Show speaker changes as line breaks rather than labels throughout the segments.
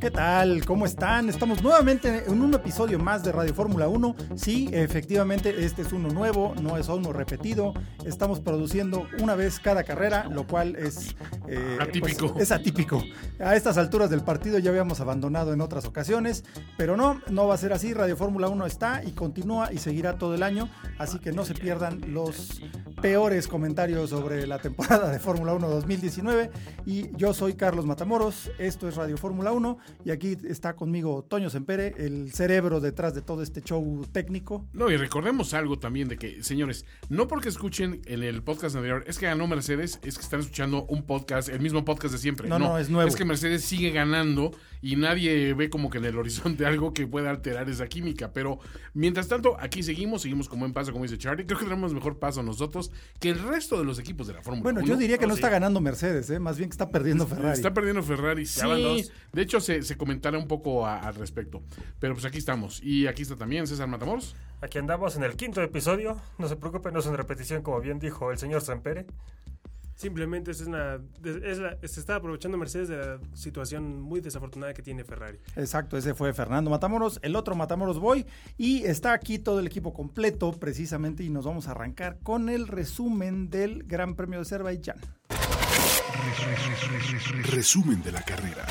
¿Qué tal? ¿Cómo están? Estamos nuevamente en un episodio más de Radio Fórmula 1. Sí, efectivamente, este es uno nuevo, no es uno repetido. Estamos produciendo una vez cada carrera, lo cual es... eh, pues,
Atípico.
es atípico. A estas alturas del partido ya habíamos abandonado en otras ocasiones, pero no, no va a ser así. Radio Fórmula 1 está y continúa y seguirá todo el año, así que no se pierdan los peores comentarios sobre la temporada de Fórmula 1 2019. Y yo soy Carlos Matamoros, esto es Radio Fórmula 1 y aquí está conmigo Toño Sempere, el cerebro detrás de todo este show técnico.
No, y recordemos algo también de que, señores, no porque escuchen en el podcast anterior, es que ganó Mercedes, es que están escuchando un podcast, el mismo podcast de siempre.
No, no, es nuevo.
Es que Mercedes sigue ganando y nadie ve como que en el horizonte algo que pueda alterar esa química. Pero mientras tanto, aquí seguimos, seguimos con buen paso, como dice Charlie. Creo que tenemos mejor paso nosotros que el resto de los equipos de la Fórmula
Bueno,
1.
yo diría que no
Sí.
está ganando Mercedes, ¿eh? más bien que está perdiendo Ferrari.
Está perdiendo Ferrari.
Sí.
ya van dos. De hecho, se, se comentará un poco a- al respecto. Pero pues aquí estamos. Y aquí está también César Matamoros.
Aquí andamos en el quinto episodio. No se preocupen, no es una repetición, como bien dijo el señor Sempere.
Simplemente es una, de- es la- se está aprovechando Mercedes de la situación muy desafortunada que tiene Ferrari.
Exacto, ese fue Fernando Matamoros, el otro Matamoros Boy, y está aquí todo el equipo completo precisamente y nos vamos a arrancar con el resumen del Gran Premio de Azerbaiyán.
Resumen de la carrera.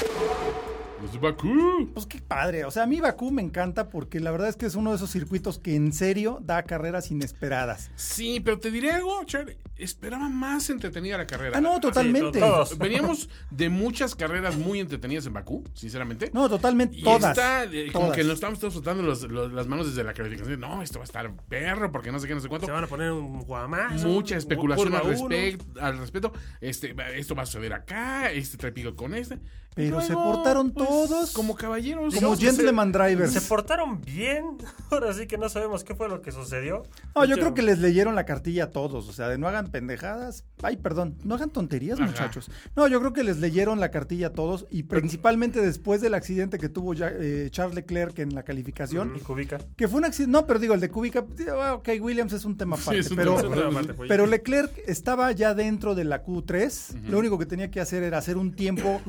Desde Bakú.
Pues qué padre, o sea, a mí Bakú me encanta porque la verdad es que es uno de esos circuitos que en serio da carreras inesperadas.
Sí, pero te diré algo, Charlie. Esperaba más entretenida la carrera.
Ah, no, totalmente.
todos.
Veníamos de muchas carreras muy entretenidas en Bakú, sinceramente.
No, totalmente
Y
todas.
está, eh, como
todas.
que nos estamos todos soltando los- los- las manos desde la calificación. No, esto va a estar perro, porque no sé qué, no sé cuánto.
Se van a poner un guamazo.
mucha especulación
curva
al,
uno.
respect- al respecto. Este, esto va a suceder acá, este trepido con este. Y pues,
Pero se portaron todos
como caballeros.
Como
Digamos que se-
gentleman drivers.
Se portaron bien. Ahora sí que no sabemos qué fue lo que sucedió.
No, yo creo que les leyeron la cartilla a todos, o sea, de no hagan pendejadas. Ay, perdón, no hagan tonterías,
Ajá.
muchachos. No, yo creo que les leyeron la cartilla a todos y principalmente después del accidente que tuvo ya- eh, Charles Leclerc en la calificación.
Y Kubica.
Que fue un accidente, no, pero digo, el de Kubica, ah, ok, Williams es un tema aparte,
es un
pero,
tema
Otra parte, pues.
pero Leclerc estaba ya dentro de la Q3, lo único que tenía que hacer era hacer un tiempo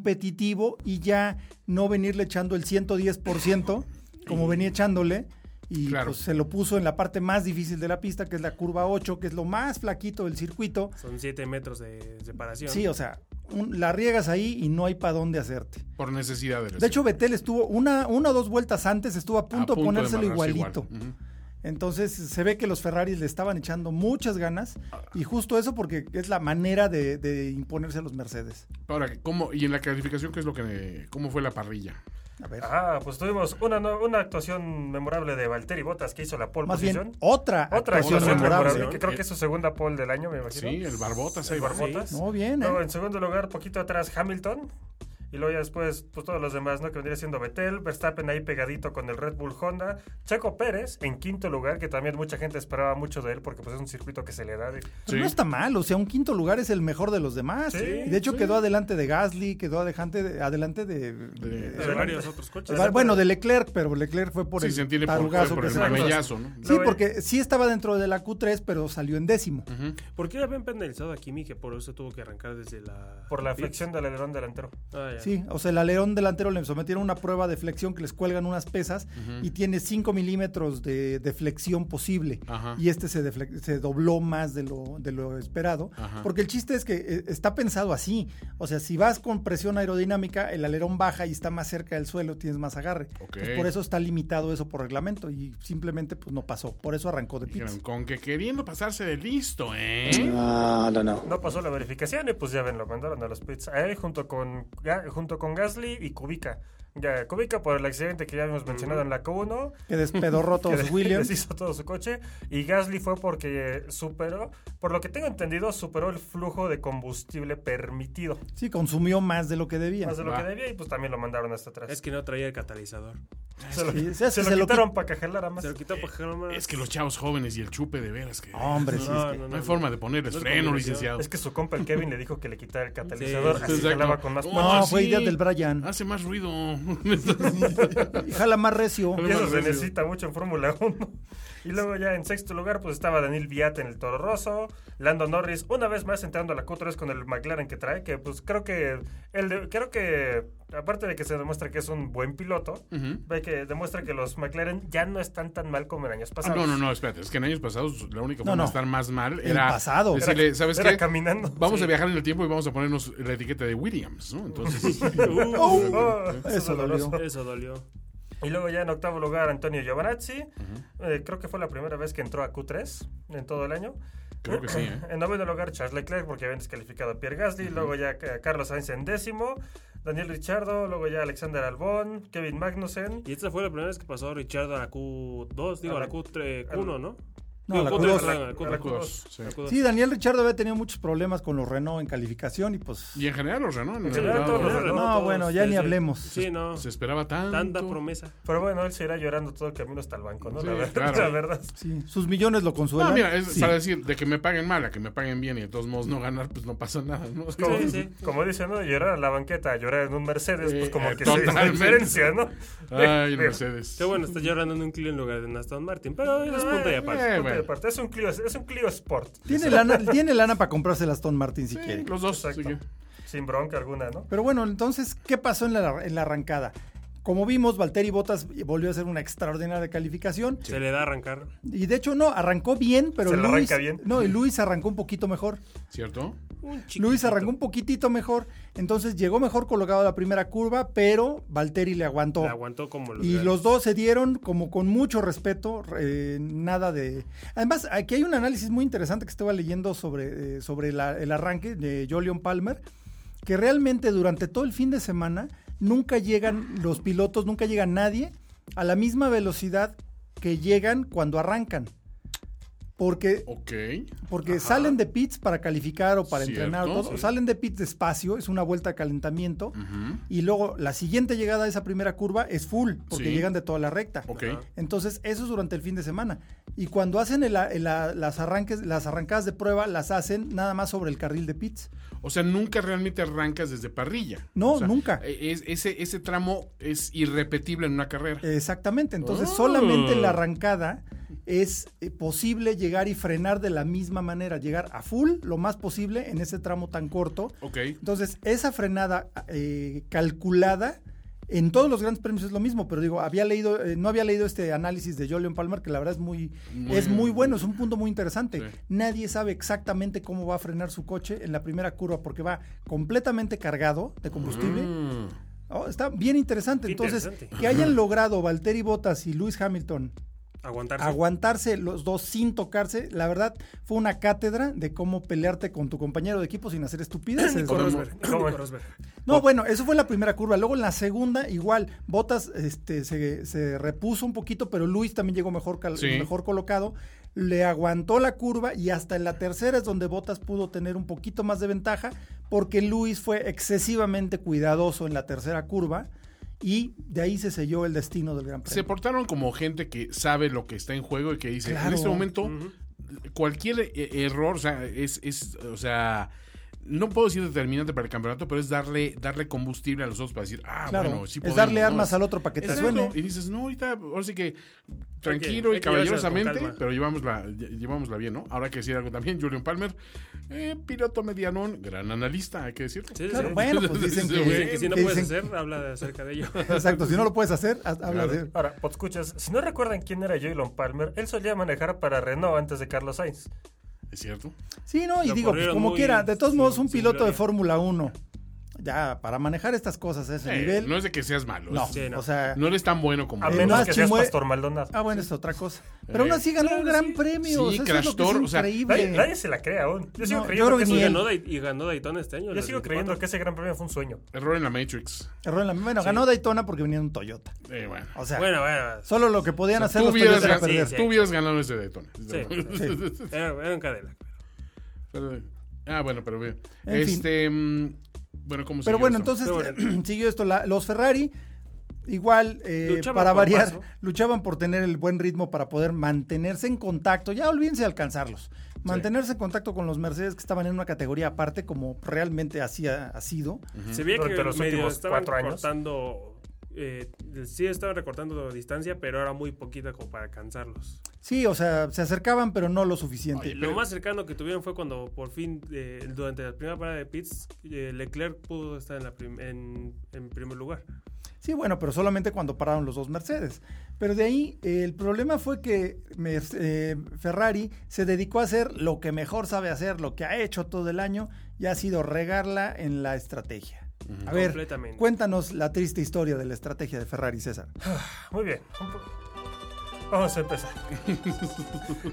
competitivo y ya no venirle echando el 110% como venía echándole. Y
Claro.
pues, se lo puso en la parte más difícil de la pista, que es la curva 8, que es lo más flaquito del circuito.
Son 7 metros de separación.
Sí, o sea, un- la riegas ahí y no hay para dónde hacerte.
Por necesidad de
De hecho, Betel estuvo una, una o dos vueltas antes, estuvo Pues a
A
punto, de
punto de
ponérselo
embarrarse igual.
igualito.
Ujú.
Entonces se ve que los Ferraris le estaban echando muchas ganas y justo eso porque es la manera de, de imponerse a los Mercedes.
Ahora, ¿cómo, y en la calificación, ¿qué es lo que, cómo fue la parrilla?
A ver.
Ah, pues tuvimos una, no- una actuación memorable de Valtteri Bottas que hizo la pole
Más
position.
bien, otra,
Otra
actuación
actuación memorable.
memorable.
que creo que es su segunda pole del año, me imagino.
Sí, el Barbotas, ahí
El
va.
Barbotas.
No, bien,
Luego,
¿eh?
en segundo lugar, poquito atrás Hamilton. Y luego ya después, pues todos los demás, ¿no? Que vendría siendo Vettel, Verstappen ahí pegadito con el Red Bull Honda. Checo Pérez en quinto lugar, que también mucha gente esperaba mucho de él porque pues es un circuito que se le da. de-
Pero No
Sí.
está mal, o sea, un quinto lugar es el mejor de los demás.
Sí,
y de hecho
sí.
quedó adelante de Gasly, quedó adelante de, adelante de,
De-
de
de-
varios otros coches.
de- bueno, de Leclerc, pero Leclerc fue por
Sí,
el
se entiende por,
tarugazo
por
que
el
se
mame-
aventó.
mamellazo, ¿no?
Sí, porque sí estaba dentro de la Q3, pero salió en décimo.
¿Por qué habían penalizado a Kimi que por eso tuvo que arrancar desde la.
Por la
pit?
flexión del alerón delantero.
Ah, ya.
Sí, o sea, el alerón delantero le sometieron una prueba de flexión que les cuelgan unas pesas y tiene 5 milímetros de, de flexión posible.
Ajá.
Y este se, defle- se dobló más de lo, de lo esperado.
Ajá.
Porque el chiste es que eh, está pensado así. O sea, si vas con presión aerodinámica, el alerón baja y está más cerca del suelo, tienes más agarre.
Ok.
Pues por eso está limitado eso por reglamento y simplemente pues no pasó. Por eso arrancó de pits.
Dijeron, con que queriendo pasarse de listo, ¿eh?
I don't know.
No pasó la verificación y pues ya ven, lo mandaron a los pits. A él junto con, Ga- junto con Gasly y Kubica. Ya, Kubica por el accidente que ya habíamos mencionado en la Q1.
Que despedorró
que
todos
de-
Williams.
deshizo todo su coche. Y Gasly fue porque superó, por lo que tengo entendido, superó el flujo de combustible permitido.
Sí, consumió más de lo que debía.
Más de lo
Va.
que debía y pues también lo mandaron hasta atrás.
Es que no traía el catalizador.
se lo,
sí, es que
se lo
se lo
quitaron para que jalara más.
Se lo quitó por ejemplo.
Es que los chavos jóvenes y el chupe de veras que.
Hombre, sí. es que-
No hay forma de ponerles
No es
freno,
combinación.
licenciado.
Es que su compa el Kevin le dijo que le quitara el catalizador,
Sí,
así
exacto.
jalaba con más
No,
power.
No,
sí.
fue idea del Brian.
Hace más ruido.
Y jala más recio.
Y eso se
Recio.
necesita mucho en Fórmula 1. Y luego ya en sexto lugar pues estaba Daniel Viat en el Toro Rosso, Lando Norris una vez más entrando a la Q3 con el McLaren que trae, que pues creo que el de- creo que aparte de que se demuestra que es un buen piloto,
Ujú.
ve que demuestra que los McLaren ya no están tan mal como en años
Ah,
pasados.
no, no, no, espérate. Es que en años pasados la única
No,
forma
no.
de estar más mal
El
era.
pasado.
Decirle,
Era-
¿sabes
era
qué?
caminando.
Vamos a
Sí.
viajar en el tiempo y vamos a ponernos la etiqueta de Williams, ¿no? Entonces.
Oh, eso es
Eso dolió.
doloroso.
Uh, Eso dolió.
Y luego ya en octavo lugar Antonio Giovanazzi. Eh, creo que fue la primera vez que entró a Q3 en todo el año.
Creo que sí, ¿eh?
En noveno lugar Charles Leclerc porque habían descalificado a Pierre Gasly. Luego ya eh, Carlos Sainz en décimo. Daniel Richardo. Luego ya Alexander Albón. Kevin Magnussen.
Y esta fue la primera vez que pasó Richardo a la Q2, digo, a la Q3, Q1, ¿no?
No, a la
Digo,
Q2.
perdón, a la
A la
Q2.
Q2.
sí.
A la Q2.
Sí, Daniel Richardo había tenido muchos problemas con los Renault en calificación y pues.
Y en general los Renault. en
Sí,
realidad,
todos los Renault.
No, bueno, ya ni hablemos.
Sí, no.
Se esperaba tanto.
Tanta promesa.
Pero bueno, él se irá llorando todo el camino hasta el banco, ¿no?
Sí,
la, verdad,
claro.
la verdad.
Sí, sus millones lo consuelan.
No, mira, es
Sí.
para decir, de que me paguen mal a que me paguen bien y de todos modos no ganar, pues no pasa nada, ¿no?
Como,
Sí, sí.
como dicen, ¿no? Llorar a la banqueta, llorar en un Mercedes,
Sí,
pues como
eh,
que se la
totalmente.
diferencia, ¿no?
Ay, el Mercedes.
Qué bueno, está llorando en un clip en lugar de en Aston Martin, pero es punta y
Ah,
aparte.
Eh,
Punto y
bueno.
aparte, Es un Clio, es un Clio Sport.
Tiene lana, tiene lana para comprarse el Aston Martin si quiere.
Sí, los dos.
Exacto.
así que-
Sin bronca alguna, ¿no?
Pero bueno, entonces, ¿qué pasó en la, en la arrancada? Como vimos, Valtteri Bottas volvió a hacer una extraordinaria calificación.
Se le da a arrancar.
Y de hecho, no, arrancó bien, pero
Se le
Luis.
arranca bien.
No, y Luis arrancó un poquito mejor.
¿Cierto?
Un
Luis arrancó un poquitito mejor. Entonces llegó mejor colocado a la primera curva, pero Valtteri le aguantó.
Le aguantó como los
Y
grandes.
los dos se dieron como con mucho respeto, eh, nada de... Además, aquí hay un análisis muy interesante que estaba leyendo sobre, eh, sobre la- el arranque de Jolion Palmer, que realmente durante todo el fin de semana nunca llegan los pilotos, nunca llega nadie a la misma velocidad que llegan cuando arrancan. Porque
Ok.
porque salen de pits para calificar o para
Cierto,
entrenar, o todo,
sí.
salen de pits despacio, es una vuelta de calentamiento,
Ujú.
y luego la siguiente llegada a esa primera curva es full, porque
Sí.
llegan de toda la recta.
Ok.
Entonces, eso es durante el fin de semana. Y cuando hacen el a- el a- las, arranques, las arrancadas de prueba, las hacen nada más sobre el carril de pits.
O sea, nunca realmente arrancas desde parrilla.
No,
O sea,
nunca.
eh, es- ese, ese tramo es irrepetible en una carrera.
Exactamente, entonces
Oh.
solamente la arrancada es eh, posible llegar y frenar de la misma manera, llegar a full lo más posible en ese tramo tan corto.
ok.
Entonces, esa frenada eh, calculada en todos los grandes premios es lo mismo, pero digo, había leído, eh, no había leído este análisis de Jolion Palmer, que la verdad es muy,
Muy-
es muy bueno, es un punto muy interesante.
Sí.
Nadie sabe exactamente cómo va a frenar su coche en la primera curva, porque va completamente cargado de combustible.
Mm.
Oh, está bien interesante.
Qué
Entonces,
interesante.
que hayan logrado Valtteri Bottas y Lewis Hamilton Ah,
Aguantarse.
aguantarse los dos sin tocarse, la verdad fue una cátedra de cómo pelearte con tu compañero de equipo sin hacer estupideces.
Nico
Como-
Rosberg.
como-
Nico Rosberg.
No, bueno, eso fue la primera curva. Luego en la segunda, igual, Botas este, se, se repuso un poquito, pero Luis también llegó mejor, cal-
Sí.
mejor colocado. Le aguantó la curva y hasta en la tercera es donde Botas pudo tener un poquito más de ventaja porque Luis fue excesivamente cuidadoso en la tercera curva y de ahí se selló el destino del Gran
Se
Premio.
portaron como gente que sabe lo que está en juego y que dice, en
Claro.
este momento, cualquier eh, error, o sea, es, es, o sea, no puedo decir determinante para el campeonato, pero es darle, darle combustible a los otros para decir, ah,
Claro,
bueno, sí
es
podemos,
darle
¿no?
armas al otro para que te
Exacto.
suene.
Y dices, no, ahorita, ahora sí que tranquilo
hay
y
que llevársela con
caballerosamente,
calma.
pero llevámosla, lle- llevámosla bien, ¿no? Ahora hay que decir algo también, Julian Palmer, eh, piloto medianón, gran analista, hay que decirlo.
Sí, sí,
Claro,
sí.
bueno, pues dicen que-
Dicen que si no
que
puedes
dicen-
hacer, habla de- acerca de ello.
Exacto, si no lo puedes hacer, haz- habla
pues, Claro.
de...
Ahora, pues, escuchas, si no recuerdan quién era Jalen Palmer, él solía manejar para Renault antes de Carlos Sainz.
¿Es cierto?
Sí, no, y
Lo
digo, pues,
corrieron
como
muy
quiera, de todos
sin-
modos, un
sin
piloto de
gloria.
Fórmula 1 ya para manejar estas cosas a ese
Eh,
nivel,
No es de que seas malo.
no,
es-
Sí, no.
o sea,
no eres tan bueno como
A
él.
Eh,
menos
más
que seas
chimue-
Pastor Maldonado.
ah, bueno, es otra cosa. Pero aún así ganó
Claro
un
que
gran
sí.
premio,
Sí,
o sea, eso es lo que es
Crash Tour, o sea,
increíble.
Nadie, nadie se la cree aún. Yo sigo
e- No,
creyendo
yo creo
que
que
es
Y
un-
ni él.
ganó, Dai- y ganó Daytona este año.
Yo
los
sigo
24.
creyendo que ese gran premio fue un sueño.
Error en la Matrix.
Erró en la- bueno, ganó Daytona porque venía en un Toyota.
Eh, bueno.
O sea,
Bueno, bueno.
solo lo que podían hacer
Tú
los
hubieras,
Toyota
gan-
era
tú
perder.
sí,
hubieras ganado ese Daytona.
Sí, Era, era un Cadillac.
Pero- ah, bueno, pero bien.
En fin.
este. mm, Bueno, ¿cómo
Pero
siguió
bueno,
eso?
entonces eh,
Pero bueno.
siguió esto. la- los Ferrari, igual, eh,
Luchaban
para
por
variar,
paso.
luchaban por tener el buen ritmo para poder mantenerse en contacto. Ya olvídense de alcanzarlos. Mantenerse en contacto con los Mercedes que estaban en una categoría aparte, como realmente así ha, ha sido.
Se veía
Durante
que
los
medio
últimos
estaban
cuatro años.
cortando. eh, sí, estaban recortando distancia, pero era muy poquita como para alcanzarlos.
Sí, o sea, se acercaban, pero no lo suficiente.
Lo más cercano que tuvieron fue cuando por fin, eh, durante la primera parada de pits, eh, Leclerc pudo estar en, la prim- en, en primer lugar.
Sí, bueno, pero solamente cuando pararon los dos Mercedes. Pero de ahí, eh, el problema fue que Merce- eh, Ferrari se dedicó a hacer lo que mejor sabe hacer, lo que ha hecho todo el año, y ha sido regarla en la estrategia. A ver,
Completamente.
cuéntanos la triste historia de la estrategia de Ferrari, César.
Muy bien. un po- Vamos a empezar.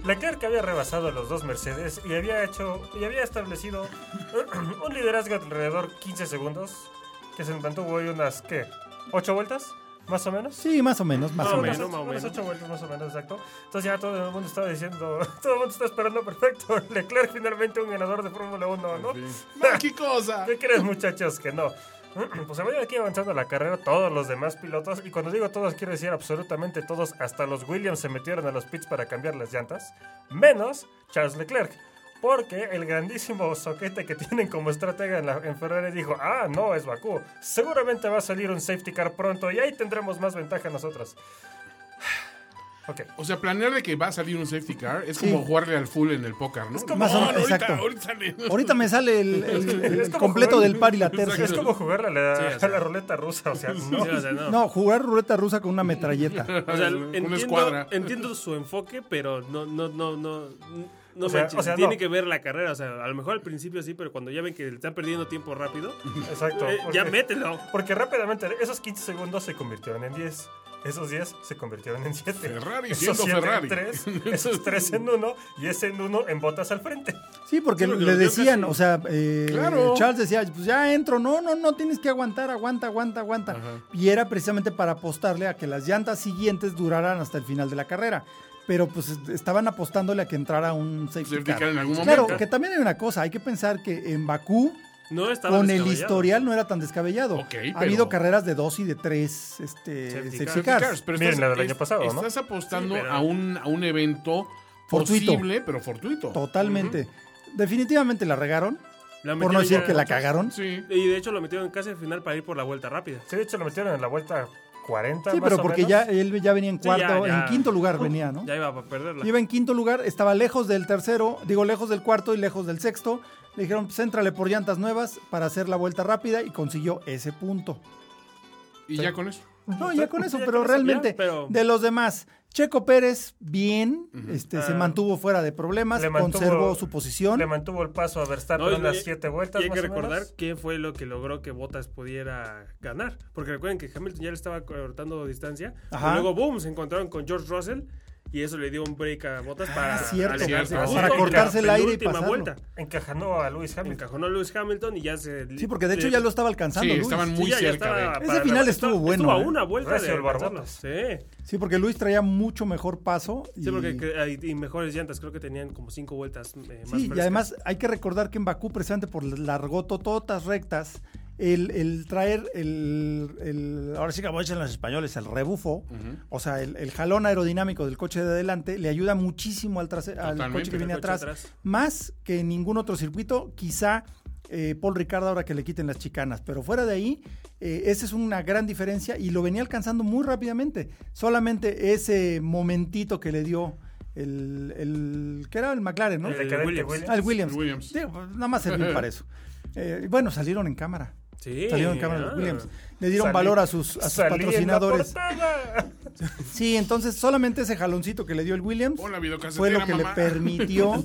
Leclerc había rebasado a los dos Mercedes y había hecho y había establecido un liderazgo de alrededor 15 segundos que se mantuvo hoy unas ¿qué? ¿8 vueltas? Más o menos.
Sí, más o menos, más
Ah,
o
bueno.
menos.
Unas,
más o
unas
menos.
ocho vueltas más o menos, exacto. Entonces ya todo el mundo estaba diciendo, todo el mundo está esperando perfecto. Leclerc finalmente un ganador de Fórmula 1, ¿no?
En fin. ¡Ah, ¡Qué cosa!
¿Qué creen, muchachos? Que no. Pues a medida que iba avanzando la carrera, todos los demás pilotos, y cuando digo todos, quiero decir absolutamente todos, hasta los Williams se metieron a los pits para cambiar las llantas, menos Charles Leclerc, porque el grandísimo soquete que tienen como estratega en, la- en Ferrari dijo: Ah, no, es Bakú, seguramente va a salir un safety car pronto y ahí tendremos más ventaja nosotros. Ok.
O sea, planear de que va a salir un safety car es como jugarle al full en el póker, ¿no? Es
como-
Más o
no,
menos,
ahorita,
exacto.
ahorita le-
Ahorita me sale el, el- el
Es como
completo
jugar-
del par y la
Es
tercia.
como jugar a la,
Sí, o sea.
a la ruleta rusa, o sea, no.
Sí, o sea, no.
No, jugar ruleta rusa con una metralleta.
O sea,
Una
entiendo,
escuadra.
entiendo su enfoque, pero no, no, no, no. No
O sea,
manches,
o sea,
tiene
no.
que ver la carrera. O sea, a lo mejor al principio sí, pero cuando ya ven que está perdiendo tiempo rápido,
Exacto.
eh, ya
porque-
mételo.
Porque rápidamente esos 15 segundos se convirtieron en 10. Esos 10 se convirtieron en 7.
Ferrari
esos
siendo Ferrari.
3, esos 3 en 1 y ese en 1 en botas al frente.
Sí, porque
Sí, porque
le
los Jokers
decían,
sí.
o sea, eh,
Claro.
Charles decía, pues ya entro, no, no, no, tienes que aguantar, aguanta, aguanta, aguanta. Y era precisamente para apostarle a que las llantas siguientes duraran hasta el final de la carrera. Pero pues est- estaban apostándole a que entrara un safety,
Safety
car.
car en algún
Claro,
momento.
que también hay una cosa, hay que pensar que en Bakú,
No estaba
con el
descabellado.
historial, no era tan descabellado.
Ok,
ha
pero-
habido carreras de dos y de tres este, safety,
Safety
Safety
cars.
cars, pero
Miren la del año
es-
pasado, ¿no?
Estás apostando
Sí, pero-
a, un, a un evento
Fortuito.
posible, pero fortuito.
Totalmente. Definitivamente la regaron,
La
por no
metieron
decir
ya-
que la cagaron.
Sí.
Y de hecho lo metieron casi al final para ir por la vuelta rápida.
Sí, de hecho lo metieron en la vuelta 40.
Sí,
más
pero
o
porque
menos.
ya él ya venía en
Sí, ya,
cuarto,
ya.
en quinto lugar venía, ¿no?
Ya iba a perderla.
Iba en quinto lugar, estaba lejos del tercero, digo lejos del cuarto y lejos del sexto. Le dijeron, pues éntrale por llantas nuevas para hacer la vuelta rápida y consiguió ese punto.
Y ya con eso.
No, ya con eso,
Ya
pero
con eso,
realmente
ya, pero-
de los demás, Checo Pérez, bien, este, se
Ah.
mantuvo fuera de problemas,
Le mantuvo-
conservó su posición.
Le mantuvo el paso a Verstappen
No, y-
unas
y-
7 vueltas.
Y hay
más
que
o menos.
recordar qué fue lo que logró que Bottas pudiera ganar. Porque recuerden que Hamilton ya le estaba cortando distancia.
Ajá.
Y luego, boom, se encontraron con George Russell. Y eso le dio un break a Bottas para,
Ah, cierto,
alejarse
para
justo
para
en la
cortarse
el aire y
penúltima
pasarlo.
vuelta.
Encajanó a Luis Hamilton.
Encajonó a Lewis Hamilton y ya se.
Sí, porque de hecho
le-
ya lo estaba alcanzando.
Sí,
Luis.
estaban
sí,
muy
ya- ya
cerca
estaba
de.
Ese
para la-
final
estaba-
estuvo bueno,
Estuvo a
¿eh?
una vuelta
Recio
de
el
alcanzarlo.
Barbotas.
Sí.
Sí, porque Luis traía mucho mejor paso. Y...
Sí, porque que- hay- y mejores llantas, creo que tenían como cinco vueltas eh, más
Sí, y
frescas.
además hay que recordar que en Bakú, precisamente por las largotototas rectas, el, el traer el, el- Ahora sí que voy a decir en los españoles, el rebufo, o sea, el, el jalón aerodinámico del coche de adelante, le ayuda muchísimo al, trase- al
Totalmente,
coche que viene
al coche
atrás,
atrás.
Más que en ningún otro circuito, quizá. eh, Paul Ricardo ahora que le quiten las chicanas, pero fuera de ahí, eh, esa es una gran diferencia y lo venía alcanzando muy rápidamente. Solamente ese momentito que le dio el, el que era el McLaren, ¿no?
El
El
decadente
Williams.
Williams.
Ah, el Williams.
El Williams.
Digo, pues, nada más servir para eso. Eh, bueno, salieron en cámara.
Sí.
Salieron en cámara los
ah.
Williams. le dieron
Salí-
valor a sus, a sus
salí en la
patrocinadores.
portada.
Sí, entonces solamente ese jaloncito que le dio el Williams
Hola,
fue
videocasetera,
lo que
mamá.
le permitió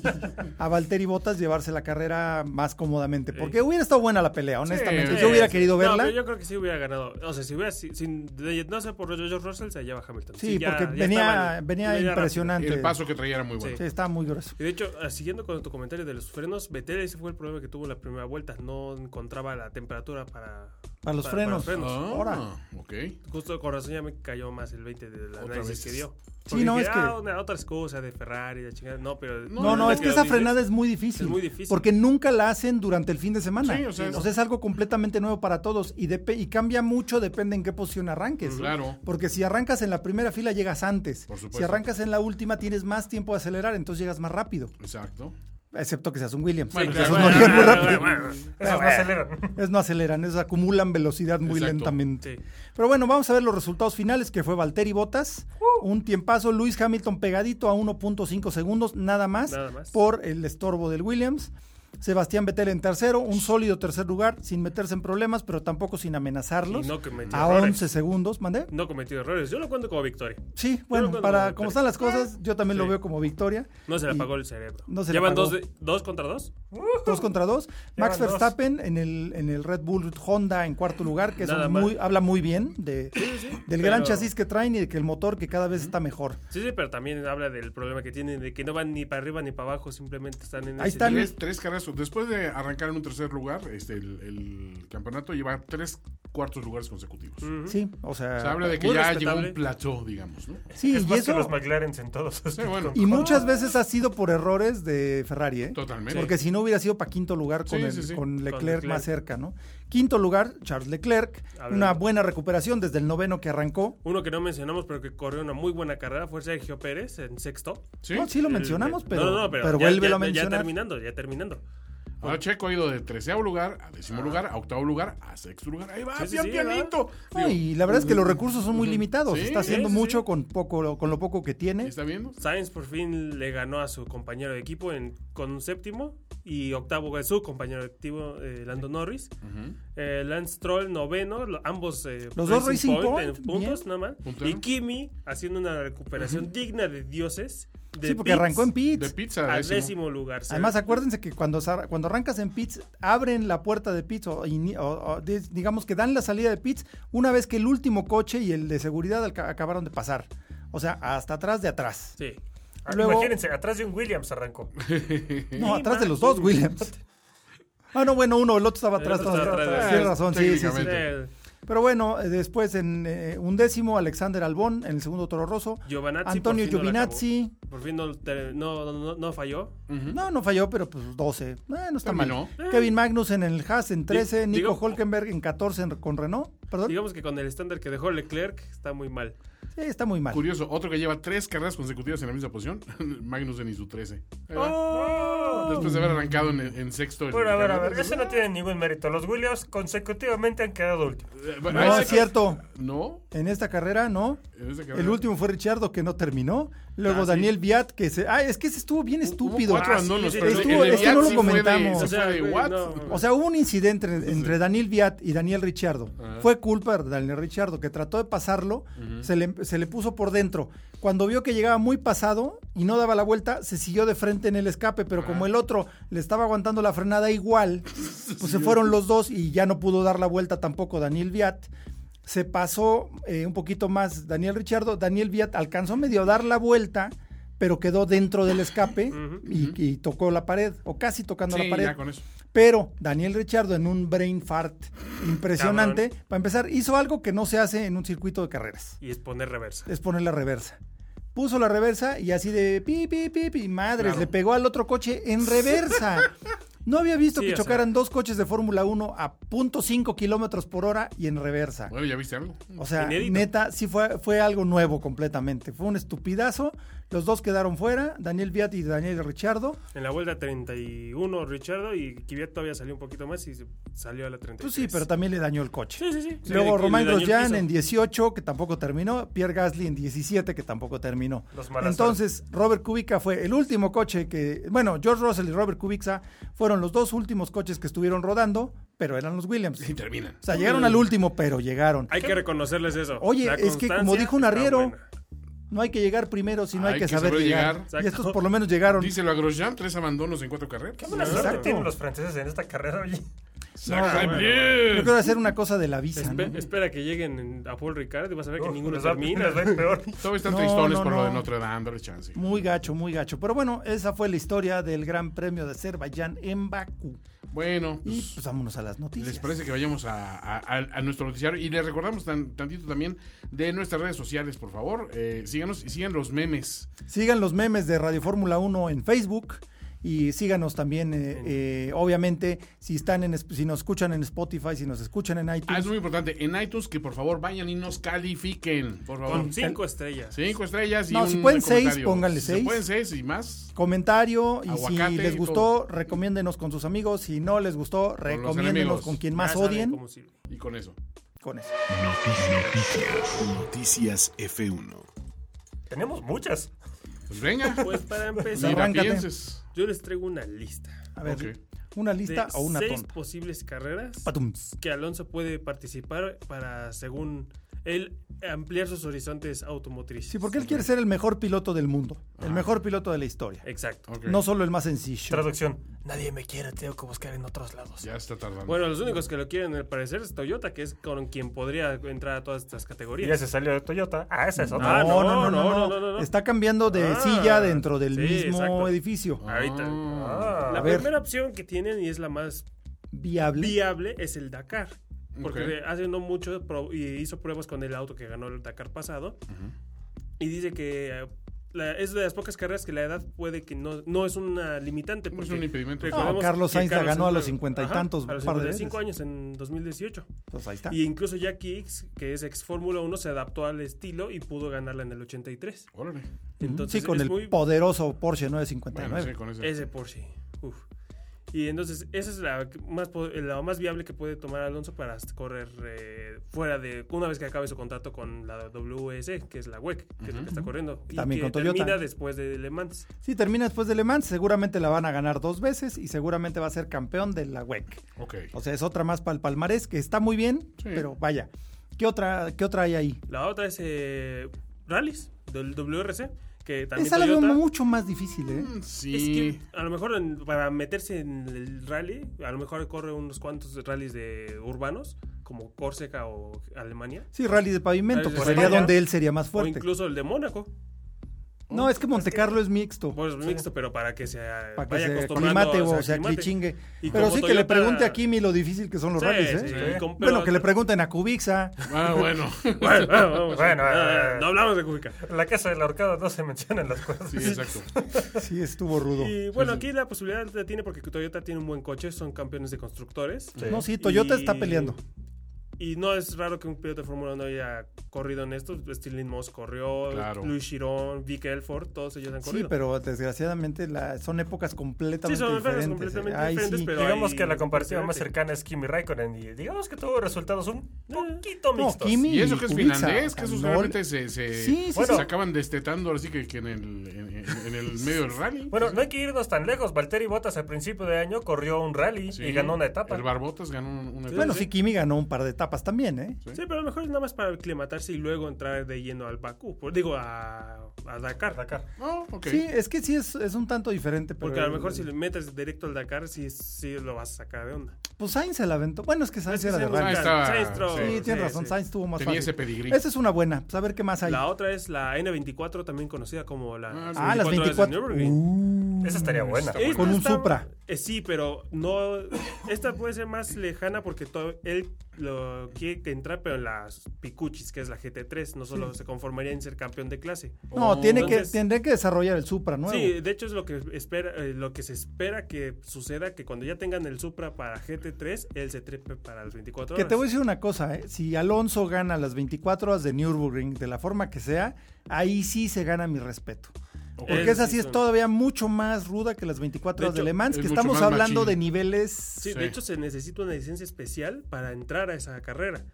a Valtteri Bottas llevarse la carrera más cómodamente. Porque hubiera estado buena la pelea, honestamente.
Sí,
yo hubiera
Sí,
querido
no,
verla.
pero yo creo que sí hubiera ganado. O sea, si hubiera. si- sin- de- no sé, por George Russell se lleva Hamilton.
Sí,
ya-
porque
ya estaba
venía,
en-
venía
venía rápido.
impresionante.
El paso que traía era muy bueno.
Sí, estaba muy grueso.
Y de hecho, ah, siguiendo con tu comentario de los frenos, Vettel ese fue el problema que tuvo en la primera vuelta. No encontraba la temperatura para,
Para los frenos.
Ah,
Ahora.
ok.
Justo con razón ya me cayó más el 20 del
Otra
análisis
vez.
que dio.
Sí,
Porque
no,
dije,
es que-
"Ah, una- otras cosas de Ferrari, la chingada. No, pero.
No, no, es que esa frenada es muy difícil.
Es muy difícil.
Porque nunca la hacen durante el fin de semana.
Sí, o sea, es-
es algo completamente nuevo para todos y, depe- y cambia mucho, depende en qué posición arranques.
Mm, Claro.
Porque si arrancas en la primera fila, llegas antes.
Por supuesto.
si arrancas en la última, tienes más tiempo de acelerar, entonces llegas más rápido.
Exacto.
Excepto que seas un Williams.
Sí,
Esos
claro.
no llegan muy rápido.
Esos no aceleran.
Esos no aceleran, esos acumulan velocidad muy
Exacto.
lentamente.
Sí.
Pero bueno, vamos a ver los resultados finales, que fue Valtteri Bottas,
Uh.
un tiempazo, Luis Hamilton pegadito a 1.5 segundos, nada más,
Nada más.
por el estorbo del Williams. Sebastián Vettel en tercero, un sólido tercer lugar, sin meterse en problemas, pero tampoco sin amenazarlos.
Y no cometió
a
errores.
11 segundos, mandé.
No cometió errores. Yo lo cuento como victoria.
Sí,
Yo
bueno,
lo
para
cuento
como
como
están las
victoria.
cosas, yo también lo
Sí.
veo como victoria.
No se le
Y
apagó el cerebro.
No se le
Llevan
apagó.
Dos, de- dos contra dos.
Dos contra dos. Max
Llevan dos.
Verstappen en el, en el Red Bull Honda en cuarto lugar, que eso
Nada mal.
muy, habla muy bien de, del
pero-
gran chasis que traen y de que el motor que cada vez está mejor.
Sí, sí, pero también habla del problema que tienen de que no van ni para arriba ni para abajo, simplemente están en
Ahí
ese
están.
nivel.
Tres, tres carreras. Después de arrancar en un tercer lugar, este, el, el campeonato lleva tres cuartos lugares consecutivos.
Sí, o
O sea,
sea.
habla de que
Muy
ya llegó
respetable.
un plató, digamos, ¿no?
Sí,
es
y
más que
eso.
los McLaren en todos.
Sí, bueno.
Y muchas veces ha sido por errores de Ferrari, ¿eh?
Totalmente.
Porque si no hubiera sido para quinto lugar con,
Sí,
el-
sí, sí.
con Leclerc
Leclerc.
más cerca, ¿no? Quinto lugar, Charles Leclerc.
Hablando.
Una buena recuperación desde el noveno que arrancó.
Uno que no mencionamos, pero que corrió una muy buena carrera, fue Sergio Pérez en sexto.
Sí.
No, sí lo mencionamos,
El-
pero,
Eh, no, no, no,
pero,
pero, ya-
vuélvelo
ya-
a mencionar.
Ya terminando, ya terminando.
Ahora Checo ha ido de treceavo lugar a décimo lugar, a octavo lugar, a sexto lugar. Ahí va,
Sí, sí,
pian
sí,
pianito.
No,
Digo,
y la verdad es que los recursos son muy limitados.
Sí,
está haciendo
sí, sí,
mucho
sí.
con poco, con lo poco que tiene.
¿Está viendo?
Sainz por fin le ganó a su compañero de equipo en, con un séptimo y octavo a su compañero de equipo, eh, Lando Norris. Eh, Lance Stroll noveno, lo- ambos eh,
Los dos Racing
en
Point,
puntos,
bien.
nada más.
Puntero.
Y Kimi haciendo una recuperación digna de dioses. de
Sí, porque
pits
arrancó en
De
pits.
pizza.
a
décimo.
décimo lugar. Se-
Además, acuérdense que cuando, sa- cuando arrancas en pits, abren la puerta de pits, o, ini- o- o di- digamos que dan la salida de pits una vez que el último coche y el de seguridad alca- acabaron de pasar. O sea, hasta atrás de atrás.
Sí.
Ah,
Luego-
Imagínense, atrás de un Williams arrancó.
No, atrás de los dos, Williams. Ah, no, bueno, uno, el otro estaba
El
atrás.
otro
todo-
estaba atrás.
Tienes razón, sí, sí, sí.
Técnicamente.
Eh,
Pero bueno, eh, después en eh, un décimo, Alexander Albón, en el segundo Toro Rosso.
Giovinazzi,
Antonio
por fin no la acabó.
Giovinazzi.
Por fin no, te- no, no, no falló.
No, no falló, pero pues 12. Eh, no está
Terminó.
mal. Kevin Magnussen en el Haas en 13,
Di-
Nico
digo-
Holkenberg en 14 en- con Renault. Perdón.
Digamos que con el estándar que dejó Leclerc está muy mal.
sí, está muy mal.
Curioso, otro que lleva tres carreras consecutivas en la misma posición, Magnussen y su 13. Ahí va.
¡Oh!
Después de haber arrancado en, en sexto. en
Bueno, a ver, a ver.
carrera.
Eso no tiene ningún mérito. Los Williams consecutivamente han quedado últimos.
Eh, bueno, ahí
No
se-
es cierto.
No,
En esta carrera, no.
en esa carrera.
El último fue Richardo que no terminó. Luego
Ah, sí.
Daniel Viat que se. Ah, es que ese estuvo bien
Hubo
estúpido.
cuatro
Ah, sí,
abandonos,
sí,
pero
sí.
el
Estuvo-
de
es que
Viat
no lo
sí fue de-
comentamos.
sí
O sea,
fue de
güey,
what?
no.
O sea, hubo un incidente en- entre Daniel Viat y Daniel Richardo. Fue culpa de Daniel Richardo, que trató de pasarlo, se, le, se le puso por dentro. Cuando vio que llegaba muy pasado y no daba la vuelta, se siguió de frente en el escape, pero como el otro le estaba aguantando la frenada igual, pues se fueron los dos y ya no pudo dar la vuelta tampoco Daniel Viat. Se pasó eh, un poquito más Daniel Richardo. Daniel Viat alcanzó medio a dar la vuelta, pero quedó dentro del escape y, y tocó la pared, o casi tocando
Sí,
la pared.
ya con eso.
Pero Daniel Richardo en un brain fart impresionante, para empezar, hizo algo que no se hace en un circuito de carreras,
Y es poner reversa.
es poner la reversa. Puso la reversa y así de pi, pi, pi, pi, madres,
Claro.
le pegó al otro coche en reversa. No había visto
Sí,
que
o sea.
chocaran dos coches de Fórmula 1 a 0.5 kilómetros por hora y en reversa.
Bueno, ¿ya viste algo?
O sea,
Inédito.
neta, sí fue, fue algo nuevo completamente. Fue un estupidazo. Los dos quedaron fuera, Daniel Viat y Daniel Richardo.
En la vuelta 31, Richardo y Kvyat todavía salió un poquito más y se- salió a la
Pues
33.
sí, pero también le dañó el coche.
Sí, sí, sí. Sí,
Luego
y
Romain
le dañó el
Grosjean
piso.
en 18, que tampoco terminó. Pierre Gasly en 17, que tampoco terminó.
Los malas
Entonces, Robert Kubica fue el último coche que. Bueno, George Russell y Robert Kubica fueron los dos últimos coches que estuvieron rodando. pero eran los Williams.
Y terminan.
O sea, llegaron al último, pero llegaron.
Hay que reconocerles eso.
Oye,
La
es que como
constancia
dijo un
está
arriero, Ah,
buena.
no hay que llegar primero, sino hay,
Hay
que,
que
saber
saber
llegar.
llegar.
Y estos por lo menos llegaron.
Díselo a Grosjean, tres abandonos en cuatro carreras.
Qué buena
Sí,
suerte
exacto.
tienen los franceses en esta carrera, oye.
Saca-
bueno,
Bien.
Yo creo hacer una cosa de la visa,
Espe-
¿no?
espera que lleguen en- a Paul Ricard y vas a ver que
Uf,
ninguno
les va-
termina.
les va a ir peor.
Todavía están
No,
tristones
no,
por
no.
lo de Notre Dame, dale chance.
Muy gacho, muy gacho. Pero bueno, esa fue la historia del Gran Premio de Azerbaiyán en Bakú.
Bueno,
Y
pues,
pues vámonos a las noticias.
¿les parece que vayamos a, a- a- a nuestro noticiario? Y les recordamos tan- tantito también de nuestras redes sociales, por favor. Eh, síganos y sigan los memes.
Sigan los memes de Radio Fórmula 1 en Facebook. Y síganos también, eh, eh, obviamente, si están en, si nos escuchan en Spotify, si nos escuchan en
Ah, es
iTunes.
muy importante. En iTunes, que por favor vayan y nos califiquen, por favor.
Con cinco estrellas.
Cinco estrellas y
No,
un
si pueden seis,
comentario.
pónganle
Si se
seis.
pueden seis y más.
comentario y
Aguacate
si
y
les gustó, recomiéndenos con sus amigos. Si no les gustó, recomiéndenos
enemigos.
con quien
Ya
más
saben
odien.
cómo sirve.
Y con eso.
Con eso.
Noticias. Noticias F1.
Tenemos muchas.
Pues venga.
Pues para
ni la
empezar,
arráncate.
pienses.
yo les traigo una lista.
A ver,
Ok.
una
de
lista o una
seis
tonta.
posibles carreras
Patums.
que Alonso puede participar para, según él, ampliar sus horizontes automotrices.
Sí, porque él quiere ser el mejor piloto del mundo,
Ah.
el mejor piloto de la historia.
Exacto.
Ok.
No solo el más sencillo.
Traducción. Nadie me quiere, tengo que buscar en otros lados.
Ya está tardando.
Bueno, los únicos que lo quieren, al parecer, es Toyota, que es con quien podría entrar a todas estas
Y
categorías.
ya se salió de Toyota. Ah, esa es otra.
Ah,
no, no, no,
no,
no,
no,
no.
no, no.
Está cambiando de
Ah,
silla dentro del
sí,
mismo
exacto.
edificio.
Ahorita.
Ah.
la
ver.
primera opción que tienen y es la más
Viable.
viable es el Dakar. Porque
Ok.
hace no mucho pro- y hizo pruebas con el auto que ganó el Dakar pasado. Y dice que eh, la- es de las pocas carreras que la edad puede que no, no es una limitante.
No es
porque
un impedimento.
recordemos
No, Ah, Carlos
que
Sainz la ganó a los
Sainz-
50 y
ajá,
tantos
A los
par de
55 años en 2018.
Pues ahí está.
Y incluso Jack Hicks, que es ex Fórmula 1, se adaptó al estilo y pudo ganarla en el 83.
Órale.
Entonces,
sí, con
es
el
muy-
poderoso Porsche
Bueno,
959.
sí, con eso.
Ese por sí. Uf. Y entonces, esa es la que más, po- la más viable que puede tomar Alonso para correr eh, fuera de. Una vez que acabe su contrato con la WS, que es la WEC, que es la que está corriendo. Y
También
que
con Toyota.
termina después de Le Mans.
Si termina después de Le Mans, seguramente la van a ganar dos veces y seguramente va a ser campeón de la WEC.
Ok.
O sea, es otra más para el palmarés, que está muy bien,
Sí.
pero vaya. ¿Qué otra, qué otra hay ahí?
La otra es eh, Rallys, del WRC, que también.
Esa la veo
Toyota-
mucho más difícil, ¿eh?
Mm,
Es
Sí.
que a lo mejor en- para meterse en el rally, a lo mejor corre unos cuantos rallies de urbanos, como Córcega o Alemania.
Sí, rally de pavimento,
Rally
que
de
sería
pavimento.
donde él sería más
O
fuerte.
incluso el de Mónaco.
No, es que Monte Carlo es mixto.
Pues mixto, pero para que se eh,
Para que
vaya
se
acostumbrando,
aclimate o
o sea,
se
aclimate.
aclichingue.
Y
Pero
como
sí que le
Toyota-
pregunte a Kimi lo difícil que son los
Sí,
rallies, ¿eh?
sí,
Sí.
Bueno,
con- pero-
que le pregunten a Kubica.
Ah, bueno.
Bueno, bueno, vamos.
Bueno,
Ah,
eh,
no hablamos de Kubica.
La casa del ahorcado no se menciona en las cosas.
Sí, exacto.
Sí, estuvo rudo.
Y bueno, aquí la posibilidad la tiene porque Toyota tiene un buen coche, son campeones de constructores.
No, sí, Toyota
Este, Y-
está peleando.
Y no es raro que un piloto de Fórmula 1 haya corrido en esto. Stirling Moss corrió,
Claro.
Louis Chiron, Vic Elford, todos ellos han
Sí,
corrido.
pero desgraciadamente la- son épocas
Sí,
completamente
son
diferentes.
carreras
¿eh?
completamente
Ay,
diferentes,
sí.
pero
Digamos
hay
que la comparativa más
precedente.
cercana es Kimi Raikkonen y digamos que tuvo resultados un poquito
No,
mixtos.
Kimi
Y eso que es
Kubica,
finlandés, que
o sea,
esos
no-
realmente se, se,
Sí, sí,
Bueno.
se acaban destetando así que, que en, el, en, en- en el medio del rally.
Bueno, no hay que irnos tan lejos. Valtteri Bottas al principio de año corrió un rally
Sí.
y ganó una etapa.
El Barbotas ganó una etapa.
Bueno,
Sí.
sí, Kimi ganó un par de etapas también, ¿eh?
Sí, pero a lo mejor es nada más para aclimatarse y luego entrar de lleno al Bakú. por- digo, a, a Dakar.
Dakar.
Oh, ok.
Sí, es que sí es, es un tanto diferente. Pero,
Porque a lo mejor si le metes directo al Dakar, sí, sí lo vas a sacar de onda.
Pues Sainz se la aventó. Bueno, es que Sainz
Es que
era de
Sainz-
Ahí
rally.
estaba.
Sainz entró-
Sí,
Sí, tienes
sí,
razón,
sí.
Sainz tuvo más
Tenía
fácil.
ese pedigrí.
Esa es una buena. Pues a ver qué más hay.
La otra es la N24, también conocida como la.
ah, las
24
24.
horas de Nürburgring.
Uh,
Esa estaría buena.
Esta
Con un
está-
Supra.
eh, sí, pero no. Esta puede ser más lejana porque to- él lo quiere que entrar, pero en las Picuchis, que es la GT3. No solo se conformaría en ser campeón de clase.
no, tiene
Entonces-
que, tendré que desarrollar el Supra nuevo.
Sí, de hecho es lo que espera, eh, lo que se espera que suceda, que cuando ya tengan el Supra para GT3, él se trepe para las 24
Que
horas.
te voy a decir una cosa, ¿eh? si Alonso gana las 24 horas de Nürburgring, de la forma que sea, ahí sí se gana mi respeto. Porque
Él
esa sí
sí
es
son-
todavía mucho más ruda que las 24
De
horas de
hecho,
Le Mans,
es
que
mucho
estamos
más
hablando
machín.
de niveles...
Sí,
Sí.
de hecho se necesita una licencia especial para entrar a esa carrera.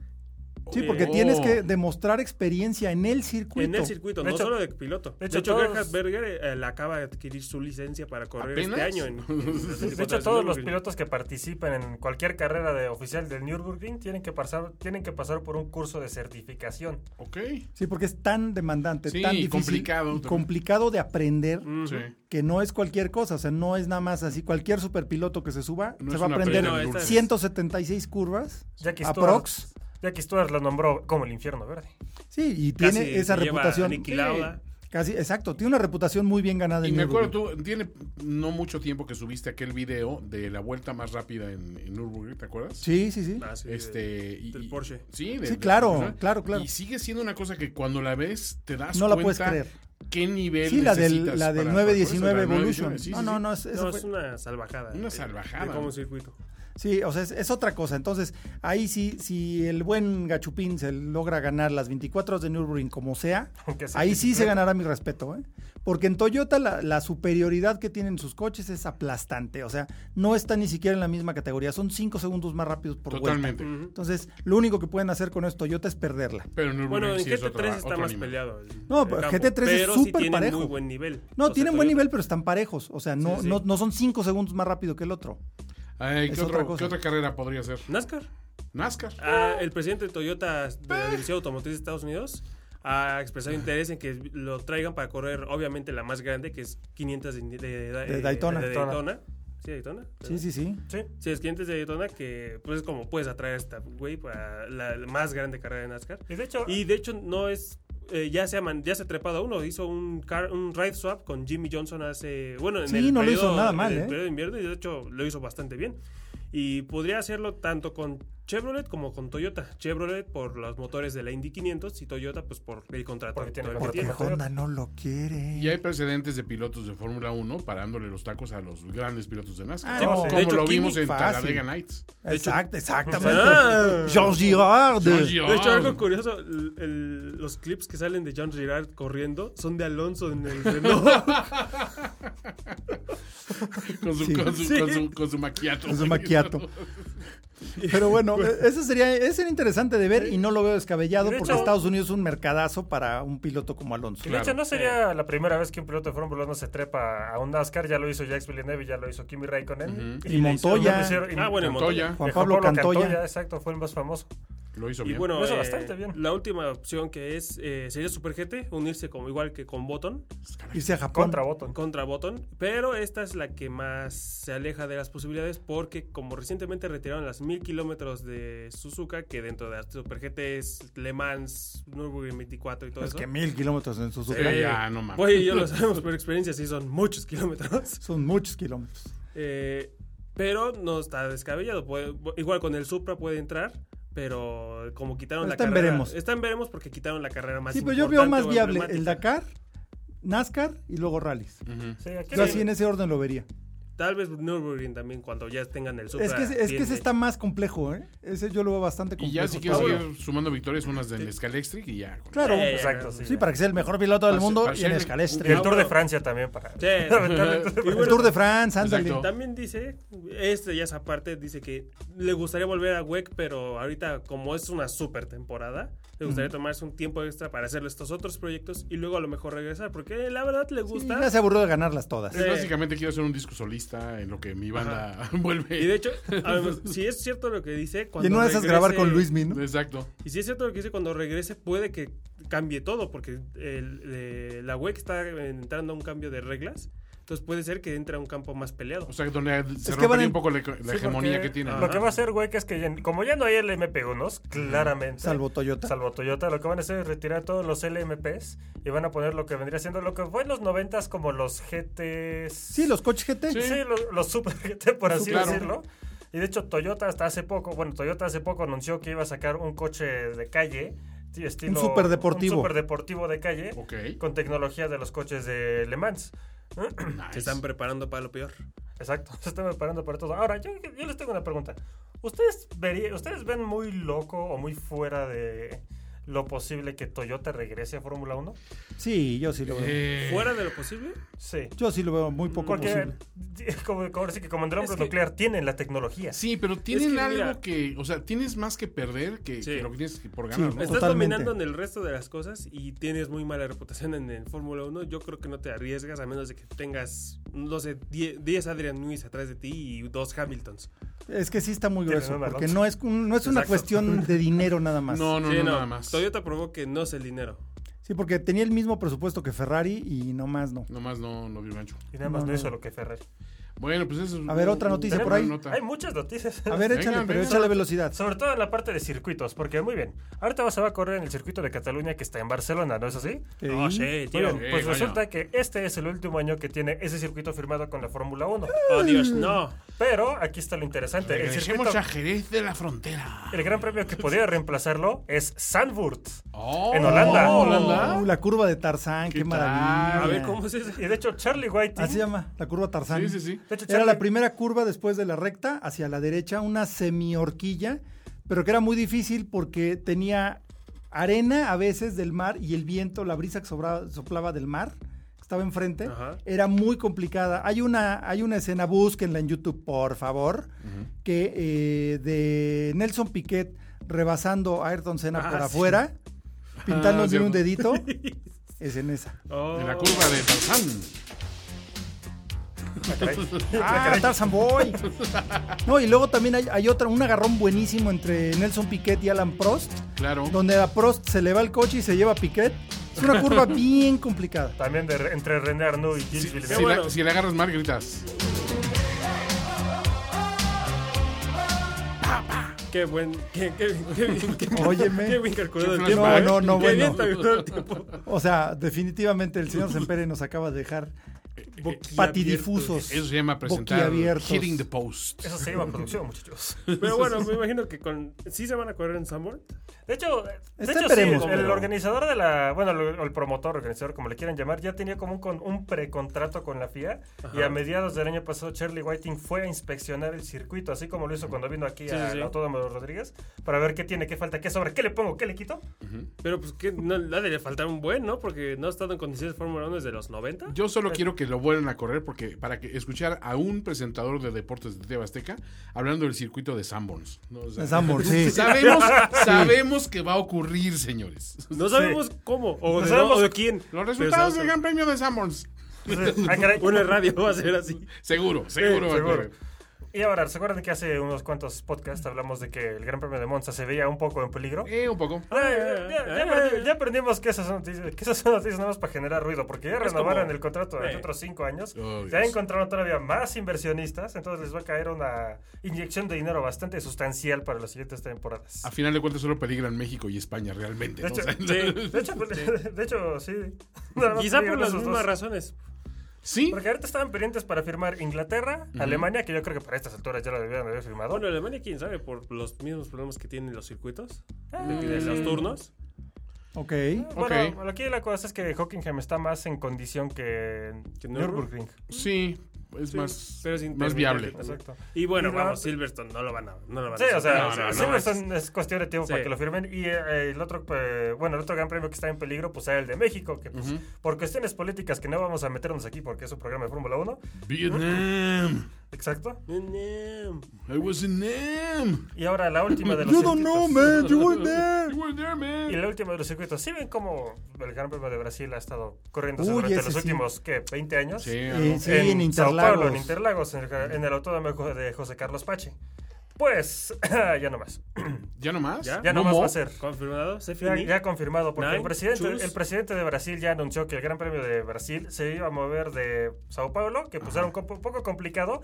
Sí, porque
Oh.
tienes que demostrar experiencia en el circuito.
En el circuito,
De
no
hecho-
solo de piloto.
de
De
hecho,
hecho,
todos-
Gerhard Berger eh, la acaba de adquirir su licencia para correr este
¿Apenas?
año. En, en 2024.
De hecho, todos los
Porque-
pilotos que participan en cualquier carrera de oficial del Nürburgring tienen que pasar, tienen que pasar por un curso de certificación.
Ok.
Sí, porque es tan demandante,
Sí,
tan
y
difícil.
complicado
y
también. Mm.
complicado de aprender.
Ujú.
Sí.
que no es cualquier cosa, o sea, no es nada más así, cualquier superpiloto que se suba
No
se
es
va a
una
aprender
pelea de dulces.
176 curvas,
Jackie Stewart,
aprox,
Jackie Stewart la nombró como el infierno verde.
sí, y tiene
Casi
esa
lleva a
reputación,
Niki Lauda.
casi, exacto, tiene una reputación muy bien ganada.
Y
en
me acuerdo,
Nürburgring.
tú, tiene no mucho tiempo que subiste aquel video de la vuelta más rápida en, en Nürburgring, ¿te acuerdas?
Sí, sí, sí.
Ah, sí,
Este, y-
del
y-
Porsche.
Sí, de-
Sí,
de-
claro,
¿verdad?
claro, claro.
Y sigue siendo una cosa que cuando la ves te das
No la
cuenta
puedes creer.
qué nivel
Sí, la del,
necesitas
la del
para-
919
para eso,
Evolution.
la 919, sí,
no,
sí,
no,
sí.
no, es- eso
No,
fue-
es una salvajada.
Una
de-
salvajada.
De como circuito.
Sí, o sea, es, es otra cosa. Entonces, ahí sí, si el buen Gachupín se logra ganar las 24 horas de Nürburgring como sea,
Aunque sea
ahí sí se
bicicleta.
ganará mi respeto. ¿eh? Porque en Toyota la, la superioridad que tienen sus coches es aplastante. O sea, no está ni siquiera en la misma categoría. Son 5 segundos más rápidos por vuelta.
Totalmente.
Ujú.
Entonces, lo único que pueden hacer con esto Toyota es perderla.
Pero en Nürburgring
Bueno, en
sí es
GT3
otro-
está
otro
más
animal.
peleado. el-
No,
el
pero
campo.
GT3 es
Pero
súper
sí tienen
parejo.
muy buen nivel.
No,
O sea,
tienen buen
Toyota-
nivel, pero están parejos. O sea, no,
Sí, sí.
No, no son 5 segundos más rápido que el otro.
Ay,
Es
¿qué,
otra
otro-
cosa.
qué otra carrera podría ser?
NASCAR.
NASCAR.
Ah, el presidente de Toyota de la División Automotriz de Estados Unidos ha
Ah.
expresado interés en que lo traigan para correr, obviamente, la más grande, que es 500 de, de- de-
De Daytona.
de Daytona. Sí, Daytona.
Sí, sí, sí.
Sí.
Sí, es 500 de Daytona, que pues es como puedes atraer a esta güey para la, la más grande carrera de NASCAR.
Y de hecho,
Y de hecho, no es. eh, ya, se ha man- ya se ha trepado uno, hizo un, car- un ride swap con Jimmy Johnson hace. Bueno, en
Sí,
el
no lo hizo
periodo-
nada
en
mal,
el
¿eh?
periodo de invierno, y de hecho lo hizo bastante bien. Y podría hacerlo tanto con Chevrolet como con Toyota. Chevrolet por los motores de la Indy 500 y Toyota, pues por el contrato.
Porque tiene
que
contrato.
Porque
tiene.
Toyota.
Honda no lo quiere.
Y hay precedentes de pilotos de Fórmula 1 parándole los tacos a los grandes pilotos de NASCAR.
Ah,
como
no.
como
De hecho,
lo
Kimi,
vimos en
fácil.
Talladega Nights.
Exacto, exactamente.
Ah.
Jean Girard.
John
De hecho, algo
Girard.
curioso, l- el- los clips que salen de John Girard corriendo son de Alonso en el Renault.
con su,
Sí.
con su,
Sí.
con su, con su maquiato.
Con su macchiato. Pero bueno, eso sería, eso sería interesante de ver y no lo veo descabellado
De
porque
hecho-
Estados Unidos es un mercadazo para un piloto como Alonso.
y de hecho,
claro.
no sería la primera vez que un piloto de Fórmula 1 se trepa a un NASCAR. Ya lo hizo Jacques Villeneuve, ya lo hizo Kimi
Y
Raikkonen. le hicieron-
Montoya.
le hicieron- y-
ah, bueno, en Montoya.
Montoya
Juan
y
Pablo Cantoya.
Exacto, fue el más famoso.
lo hizo
Y
bien.
bueno,
Lo hizo
eh,
bastante bien.
la última opción que es eh, sería Super GT, unirse como igual que con Button,
Irse a Japón.
Contra Button.
contra Button, pero esta es la que más se aleja de las posibilidades porque como recientemente retiraron las mil kilómetros de Suzuka, que dentro de la Super GT es Le Mans, Nürburgring 24 y todo
Es
eso.
que mil kilómetros en Suzuka.
eh,
Sí. Eh, Ya, no mames.
Oye, yo lo sabemos por experiencia, sí son muchos kilómetros.
Son muchos kilómetros.
Eh, pero no está descabellado. puede- igual con el Supra puede entrar, pero como quitaron la
Está en
carrera.
veremos.
Está en veremos porque quitaron la carrera más
Sí, pero yo veo
importante
más
o
viable el
emblemática.
Dakar, NASCAR y luego rallies.
Ujú.
Sí, aquí
Yo
sí.
así en ese orden lo vería.
Tal vez Nürburgring también cuando ya tengan el Supra.
es que, ese- es que ese
bien
está más complejo, ¿eh? Ese yo lo veo bastante
Y ya
complejo.
si quieres
todavía.
seguir sumando victorias, unas del Scalextric y ya.
Claro.
Sí,
Exacto, sí.
Sí, para que sea el mejor piloto del
Para-
mundo
para
y en
ser-
Y el
escalestre.
Ah,
Tour de
bueno.
Francia también para.
Sí. Y
El
bueno,
Tour de France, ándale.
Exacto.
También dice, este ya esa parte dice que le gustaría volver a WEC, pero ahorita como es una super temporada, le gustaría tomarse un tiempo extra para hacer estos otros proyectos y luego a lo mejor regresar, porque la verdad le
Sí,
gusta.
ya se aburrió de ganarlas todas.
Es Eh, básicamente quiero hacer un disco solista en lo que mi banda vuelve.
Y de hecho, a ver, pues, si es cierto lo que dice,
Y
cuando
en una de esas
regrese-
grabar con Luis Mino.
Exacto.
Y si es cierto lo que dice, cuando regrese puede que cambie todo, porque el- eh, la WEC está entrando a un cambio de reglas, entonces puede ser que entre a un campo más peleado.
O
Pues,
sea, donde se
que
rompería
van en-
un poco la, la hegemonía que tiene.
Lo que va a hacer, güey, que es que ya- como ya no hay LMP1s, claramente.
Salvo Toyota.
Salvo Toyota, lo que van a hacer es retirar todos los LMPs y van a poner lo que vendría siendo lo que fue en los 90 como los GTs.
Sí, los coches GT.
Sí, los, los Super GT, por así
Claro.
decirlo. Y de hecho, Toyota hasta hace poco, bueno, Toyota hace poco anunció que iba a sacar un coche de calle, sí, estilo.
superdeportivo.
Un superdeportivo de calle,
Ok.
con tecnología de los coches de Le Mans.
Se están preparando para lo peor.
Exacto, se están preparando para todo. Ahora, yo, yo les tengo una pregunta. ¿Ustedes, vería- ¿Ustedes ven muy loco o muy fuera de lo posible que Toyota regrese a Fórmula 1?
Sí, yo sí lo veo.
Eh,
¿Fuera de lo posible?
Sí.
yo sí lo veo muy poco
Porque
posible.
como, como ahora sí que como en el hombre
Es que-
nuclear tienen la tecnología.
Sí, pero tienen
que,
algo
mira-
que, o sea, tienes más que perder que,
Sí.
que lo que tienes que por
Sí,
ganar. ¿no?
Estás
Totalmente.
dominando en el resto de las cosas y tienes muy mala reputación en, el Fórmula 1. Yo creo que no te arriesgas a menos de que tengas, no sé, 10 10 Adrian Newey atrás de ti y dos Hamiltons.
Es que sí está muy
Tiene
grueso,
una
porque
lanza.
no es, un- no es una
Exacto.
cuestión de dinero nada más.
No, no,
Sí,
no, nada más.
Toyota probó que no es el dinero.
Sí, porque tenía el mismo presupuesto que Ferrari y no más no.
Nomás no, no vi gancho.
Y nada más
No,
no,
no.
hizo lo que Ferrari.
Bueno, pues eso es.
A ver, otra noticia
una
por ahí.
nota.
Hay muchas noticias.
A ver,
Venga,
échale, pero
venga.
échale velocidad.
Sobre todo en la parte de circuitos, porque muy bien, ahorita vas a va a correr en el circuito de Cataluña que está en Barcelona, ¿no es así?
Sí.
No, Ah, Oh, sí,
Muy
tío.
bien, pues
coño.
resulta que este es el último año que tiene ese circuito firmado con la Fórmula 1.
Oh, Dios, no.
Pero aquí está lo interesante. El, circuito,
Regresemos a Jerez de la Frontera.
el gran premio que podría reemplazarlo es Sandburg.
Oh,
En Holanda.
oh,
Uh,
Holanda.
la curva de Tarzán, qué,
¿Qué tal?
maravilla.
A ver, ¿cómo es eso?
Y de hecho Charlie Whiting...
Así se llama, la curva Tarzán.
Sí, sí, sí.
de hecho,
Era
Charlie-
la primera curva después de la recta, hacia la derecha, una semi-horquilla, pero que era muy difícil porque tenía arena a veces del mar y el viento, la brisa que sobra- soplaba del mar, que estaba enfrente,
Ajá.
era muy complicada. Hay una, hay una escena, búsquenla en YouTube, por favor, que eh, de Nelson Piquet rebasando a Ayrton Senna
Ah,
por
sí.
afuera, pintándose
cierto.
un dedito, es en esa.
Oh.
En la curva de Tarzán.
Ah, Tarzan Boy. No, y luego también hay, hay otra, un agarrón buenísimo entre Nelson Piquet y Alan Prost,
Claro.
donde a Prost se le va el coche y se lleva a Piquet. Es una curva bien complicada.
También de- entre René Arnoux y Gilles
Si,
Villeneuve.
si
bueno.
la, si la agarras mal, gritas.
Qué buen. Qué, qué, qué, bien- qué,
Óyeme.
Qué bien calculado el
No,
tiempo. ¿eh?
no, no,
Qué bien
bueno.
calculado el tiempo.
O sea, definitivamente el señor Sempere nos acaba de dejar
Eh,
patidifusos.
Eso se llama presentar
Boquiabiertos.
Hitting the Post.
Eso se llama producción, muchachos.
Pero bueno, me imagino que con. ¿Sí se van a correr en Sanborn?
De hecho, de
Está
hecho,
esperemos,
sí, el, el
pero-
organizador de la, bueno, el, el promotor, organizador, como le quieran llamar, ya tenía como un, con- un precontrato con la FIA y a mediados del año pasado Charlie Whiting fue a inspeccionar el circuito, así como lo hizo cuando vino aquí
Sí,
al
sí, sí.
Autódromo de Rodríguez, para ver qué tiene, qué falta, qué sobra, qué le pongo, qué le quito.
Pero pues que no le ha de faltar un buen, ¿no? Porque no ha estado en condiciones de Fórmula 1 desde los 90.
Yo solo quiero que lo vuelvan a correr porque para que escuchar a un presentador de deportes de TV Azteca hablando del circuito de Sanborns. ¿no? O sea,
De Sanborns, sí.
Sabemos, sabemos que va a ocurrir, señores.
No sabemos cómo o,
No
de,
sabemos
o de quién.
Los
pero
resultados
sabemos-
del Gran Premio de Sanborns.
Ah, caray.
Una radio va a ser así.
Seguro, seguro. va a
seguro.
correr.
Y ahora, ¿se acuerdan que hace unos cuantos podcasts hablamos de que el Gran Premio de Monza se veía un poco en peligro?
Eh, un poco.
Ah, ya, ya- ya aprendi- ya aprendimos que esas son noticias, que esas son noticias nada más para generar ruido, porque ya
Es
renovaron
como-
el contrato de
Eh.
otros cinco años,
Oh,
ya
Dios.
encontraron todavía más inversionistas, entonces les va a caer una inyección de dinero bastante sustancial para las siguientes temporadas.
Ah,
A final de cuentas solo peligran México y España realmente.
De
¿no?
hecho,
O sea,
Sí.
De hecho, pues, de hecho, sí. Nada más
Quizá por
peligran
las
esos
mismas
dos.
razones.
sí,
Porque ahorita estaban pendientes para firmar Inglaterra, Alemania, que yo creo que para estas alturas ya la debieron haber firmado.
Bueno, Alemania, quién sabe, por los mismos problemas que tienen los circuitos, de, de los turnos.
Ok.
Ah, Bueno, aquí la cosa es que Hockenheim está más en condición que,
Que
Nürburgring.
sí, es
Sí,
más,
pero sin
más
permitirle
viable.
también.
Exacto.
Y bueno,
Y la-
vamos, Silverstone, no lo van a. No lo van
Sí,
a
o sea,
no, no, no,
sí, pues,
es-
son- es cuestión de tiempo
Sí.
para que lo firmen. Y eh, el otro, eh, bueno, el otro gran premio que está en peligro, pues era el de México, que pues, por cuestiones políticas que no vamos a meternos aquí porque es un programa de Fórmula 1.
Vietnam.
Exacto.
No, no.
I was in Nam.
Y ahora la última de los
You don't know,
circuitos.
man. You weren't there.
You were there, man.
Y la última de los circuitos. ¿Sí ven cómo el Gran Premio de Brasil ha estado corriendo
Uy,
durante
ese
los
sí.
últimos, ¿qué? ¿20 años?
Sí,
Eh,
algo.
sí, en,
Sao Paulo, en
Interlagos.
Interlagos, en el, en el autódromo de José Carlos Pache. Pues, ya no más.
¿Ya nomás?
¿Ya?
Ya no,
¿No
más
mo?
va a ser.
Confirmado, se
Ya,
finí.
ya confirmado, porque el
Nine, choose.
presidente, el presidente de Brasil ya anunció que el Gran Premio de Brasil se iba a mover de Sao Paulo, que pues era un co- poco complicado,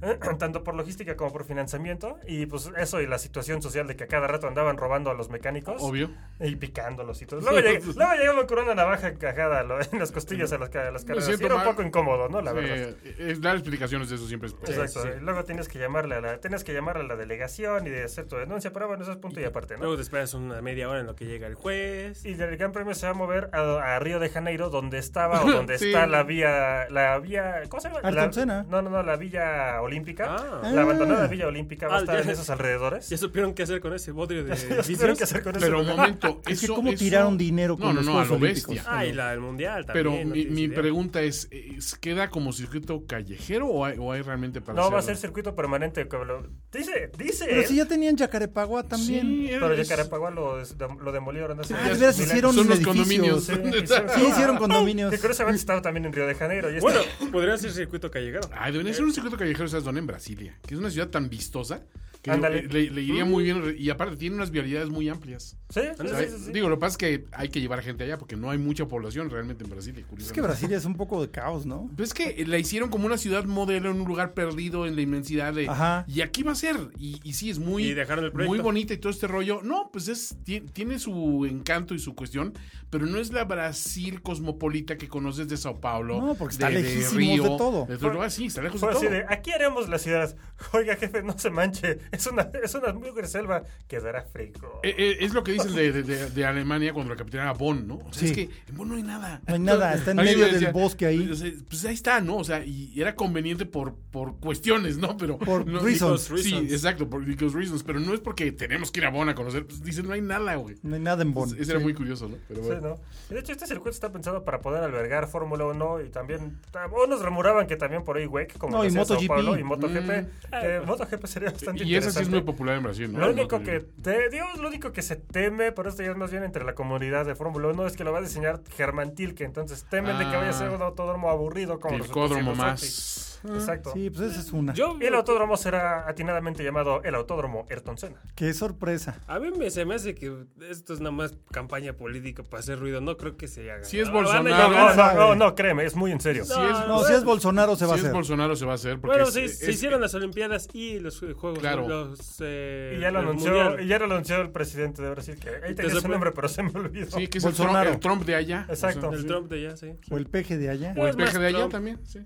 tanto por logística como por financiamiento, y pues eso y la situación social de que a cada rato andaban robando a los mecánicos
Obvio.
y picándolos y todo. Luego, lleg- luego llegaban con una navaja encajada a lo- en las costillas a las, ca- a las
Me
carreras,
siento
y era un
mal.
poco incómodo, ¿no? La verdad.
Eh, eh, dar explicaciones de eso siempre es
Exacto. Y luego tienes que llamarle a la, tienes que llamar a la delegación y de hacer tu denuncia, pero bueno, eso es punto y aparte, ¿no?
Luego te esperas una media hora en lo que llega el juez.
Y el Gran Premio se va a mover a, a Río de Janeiro, donde estaba o donde
Sí.
está la vía. La vía ¿Cómo se llama?
Ayrton
La-
Senna.
No, no, no, la Villa Olímpica.
Ah.
La abandonada Villa Olímpica va a
Ah,
estar
ya.
en esos alrededores.
Ya supieron qué hacer con ese bodrio de
Ya supieron
edificios.
qué hacer con ese
Pero
lugar.
momento,
Es que
eso-
cómo
eso-
tiraron dinero con
no, no,
los
no,
Juegos
a lo
Olímpicos.
bestia.
Ah, y la del mundial también.
Pero
no
mi,
tienes
mi
idea.
pregunta es, ¿es- ¿queda como circuito callejero o hay, o hay realmente para
No, va a ser
hacerlo?
circuito permanente. como lo- Dice, dice.
Pero
él,
si ya tenían Yacarepagua también.
Sí, era-
Pero
es-
Yacarepagua lo, des- lo demolieron. hace
Ah,
mil
de veras
años.
hicieron
son los
edificios.
condominios.
Sí,
¿Dónde
hicieron-
está?
Sí, hicieron condominios.
Que curiosamente estaba también en Río de Janeiro. Y está-
Bueno, podría ser circuito callejero.
Ay, debería ser un circuito callejero, ¿sabes dónde? En Brasilia, que es una ciudad tan vistosa que
Ándale.
le, le iría muy bien. Y aparte, tiene unas vialidades muy amplias.
sí, sí,
O sea,
sí, sí, sí.
Digo, lo que pasa es que hay que llevar gente allá porque no hay mucha población realmente en Brasilia.
Es que Brasil es un poco de caos, ¿no?
Pues es que la hicieron como una ciudad modelo en un lugar perdido en la inmensidad de...
Ajá.
Y aquí va a ser. Y, y sí, es muy,
Y dejaron el proyecto.
muy bonita y todo este rollo. No, pues es ti- tiene su encanto y su cuestión, pero no es la Brasil cosmopolita que conoces de Sao Paulo.
No, porque está lejísimos de todo.
De todo. Ah, sí, está
pues,
lejos de
Fue
todo.
así de, aquí haremos la ciudad. Oiga, jefe, no se manche. Es una, es una mugre selva. Quedará fresco.
Eh, eh, es lo que dicen de, de- de- de Alemania cuando la capital era Bonn, ¿no? O sea,
Sí.
es que en Bonn no hay nada.
No hay nada, está en
Alguien
medio
me
del bosque ahí.
Pues, eh, pues ahí está, ¿no? O sea, y era conveniente por, por cuestiones, ¿no? Pero
Por
no,
reasons.
because Sí,
reasons.
exacto, por because reasons. Pero no es porque tenemos que ir a Bonn a conocer. Pues dicen, no hay nada, güey.
No hay nada en Bonn.
Eso era muy curioso, ¿no? Pero
Sí,
bueno.
¿no? Y De hecho, este circuito está pensado para poder albergar Fórmula 1 y también. Unos remuraban que también por ahí WEC, como
No,
lo
y
hacía Sao
MotoGP.
Paulo, y MotoGP.
Mm.
Eh, MotoGP sería bastante
Y esa sí es muy
interesante.
popular en Brasil, ¿no?
Lo
No
único
te
que
digo.
te digo, lo único que se teme, pero esto ya es más bien entre la comunidad de Fórmula 1, es que lo va a diseñar Germán Tilke, entonces temen de que vaya a ser un
Ah.
autódromo aburrido como los
Tilcódromo
otros
más.
Suzuki. Exacto.
Sí, pues esa es una.
Yo
Y el autódromo será atinadamente llamado el autódromo Ayrton Senna.
Qué sorpresa.
A mí me, se me hace que esto es nada más campaña política para hacer ruido. No creo que se haga.
Si es
Ah, van a
Bolsonaro-
No,
llegar-
no, no,
sabe.
no, no, créeme, es muy en serio.
Sí es-
No, si es Bolsonaro se va a
Si es
hacer.
Bolsonaro se va a hacer. Porque
Bueno,
es-
sí,
es-
se hicieron las Olimpiadas y los eh, Juegos.
Claro.
Los, eh,
Y ya lo
el
anunció,
Mundial.
y ya lo anunció el presidente de Brasil, que ahí tenía
Entonces,
su nombre, pero se me olvidó.
Sí, que es el Trump,
Bolsonaro.
el Trump de allá.
Exacto.
El Trump de ya, sí.
O el peje de allá.
O el
Es Pues más
peje Pues de allá
Trump.
también, sí.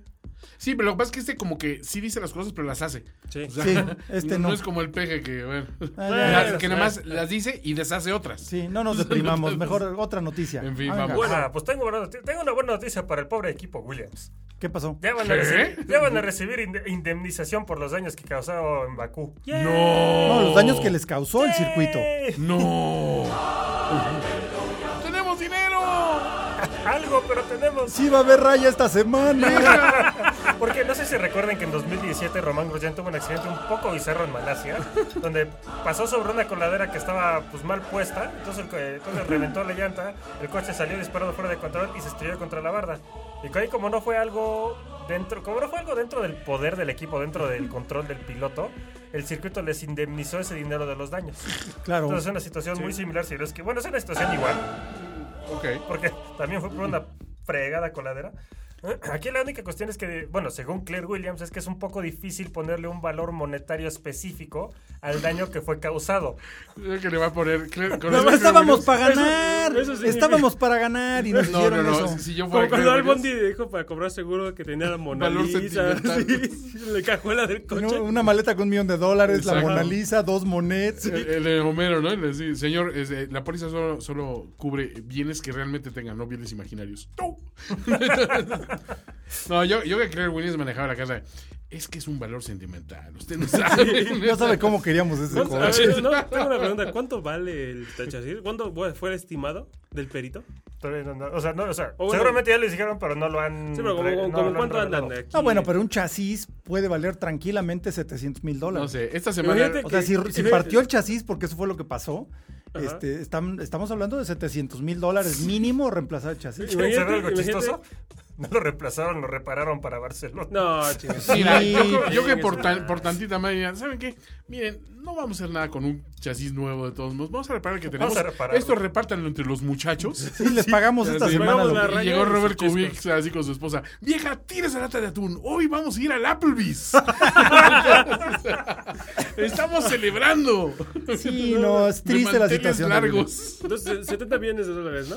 Sí, pero lo que pasa es que este como que sí dice las cosas, pero las hace.
Sí.
O sea,
Sí, este no.
es como el peje que, bueno,
Ah,
las-
ya.
que nada más las dice y deshace otras.
Sí, no nos deprimamos. Mejor otra noticia.
En fin,
Ah, venga.
vamos.
Bueno, ah, pues tengo, buena noticia- tengo una buena noticia para el pobre equipo Williams.
¿Qué pasó?
Ya van, a
¿Qué?
recibir, ya van a recibir inde- indemnización por los daños que causaron en Bakú.
No,
No.
los daños que les causó el circuito.
¡Eh!
No. Tenemos dinero.
Algo, pero tenemos.
Sí va a haber raya esta semana.
Porque no sé si recuerden que en 2017 Román Grosjean tuvo un accidente un poco bizarro en Malasia, donde pasó sobre una coladera que estaba pues mal puesta, entonces, el co- entonces reventó la llanta, el coche salió disparado fuera de control y se estrelló contra la barda. Y co- ahí como no fue algo dentro, como no fue algo dentro del poder del equipo, dentro del control del piloto, el circuito les indemnizó ese dinero de los daños.
Claro.
Entonces es una situación muy similar, si no es que bueno, es una situación igual.
Ok.
porque también fue por una fregada coladera. Aquí la única cuestión es que, bueno, según Claire Williams, es que es un poco difícil ponerle un valor monetario específico al daño que fue causado.
Creo que le va a poner. creo- con
No,
ese
estábamos
Cleveland-
para
Eso-
ganar.
eso significa-
Estábamos para ganar y nos
No,
hicieron
no, no.
eso.
Si yo fuera
Como cuando
Cleveland,
Al Bondi dijo para cobrar seguro que tenía la Mona
Valor
Lisa,
sentimental.
sí, en la cajuela del
Tiene
coche.
Una maleta con un millón de dólares, la
Exacto.
Mona Lisa, dos monets.
El, el de Homero, ¿no? El de- sí, señor, es de- la póliza solo, solo cubre bienes que realmente tengan, no bienes imaginarios. ¡No! no, yo, yo que Claire Williams manejaba la casa. Es que es un valor sentimental. Usted no sabe.
No sabe cómo queríamos ese
¿Cuánto-
coche.
a ver, no, tengo una pregunta. ¿Cuánto vale el chasis? ¿Cuánto fue fue el estimado del perito?
Todavía no- no, o sea, no, o sea,
O bueno.
seguramente ya lo dijeron, pero no lo han.
Sí, pero como,
re-
como-
no
como
lo han
¿cuánto
revelado.
andan eh, de aquí?
No, Ah, bueno, pero un chasis puede valer tranquilamente 700 mil
No
dólares.
sé, esta semana.
Imagínate
O sea, si,
que-
si
que-
partió el chasis, porque eso fue lo que pasó,
este Ajá.
este, están- estamos hablando de 700 mil dólares mínimo reemplazar el chasis.
¿Quieren saber algo
Imagínate-
chistoso? No lo reemplazaron, lo repararon para Barcelona.
No, chicos.
Mira,
Sí,
yo, creo- yo
chingues,
que por, tan-
ah.
por tantita madre, ¿saben qué? Miren, no vamos a hacer nada con un chasis nuevo de todos modos. Vamos a reparar el que
Vamos
tenemos.
a repararlo.
Esto repártanlo entre los muchachos.
Sí, les pagamos esta
Sí,
semana.
pagamos
lo
la
que-
raya
Y llegó
y
Robert
sus
Kubik así con su esposa. Vieja, tira esa lata de atún. Hoy vamos a ir al Applebee's. Estamos celebrando.
Sí, no, es
De
triste la
manteles
situación.
largos.
Entonces, 70 millones de dólares, ¿no?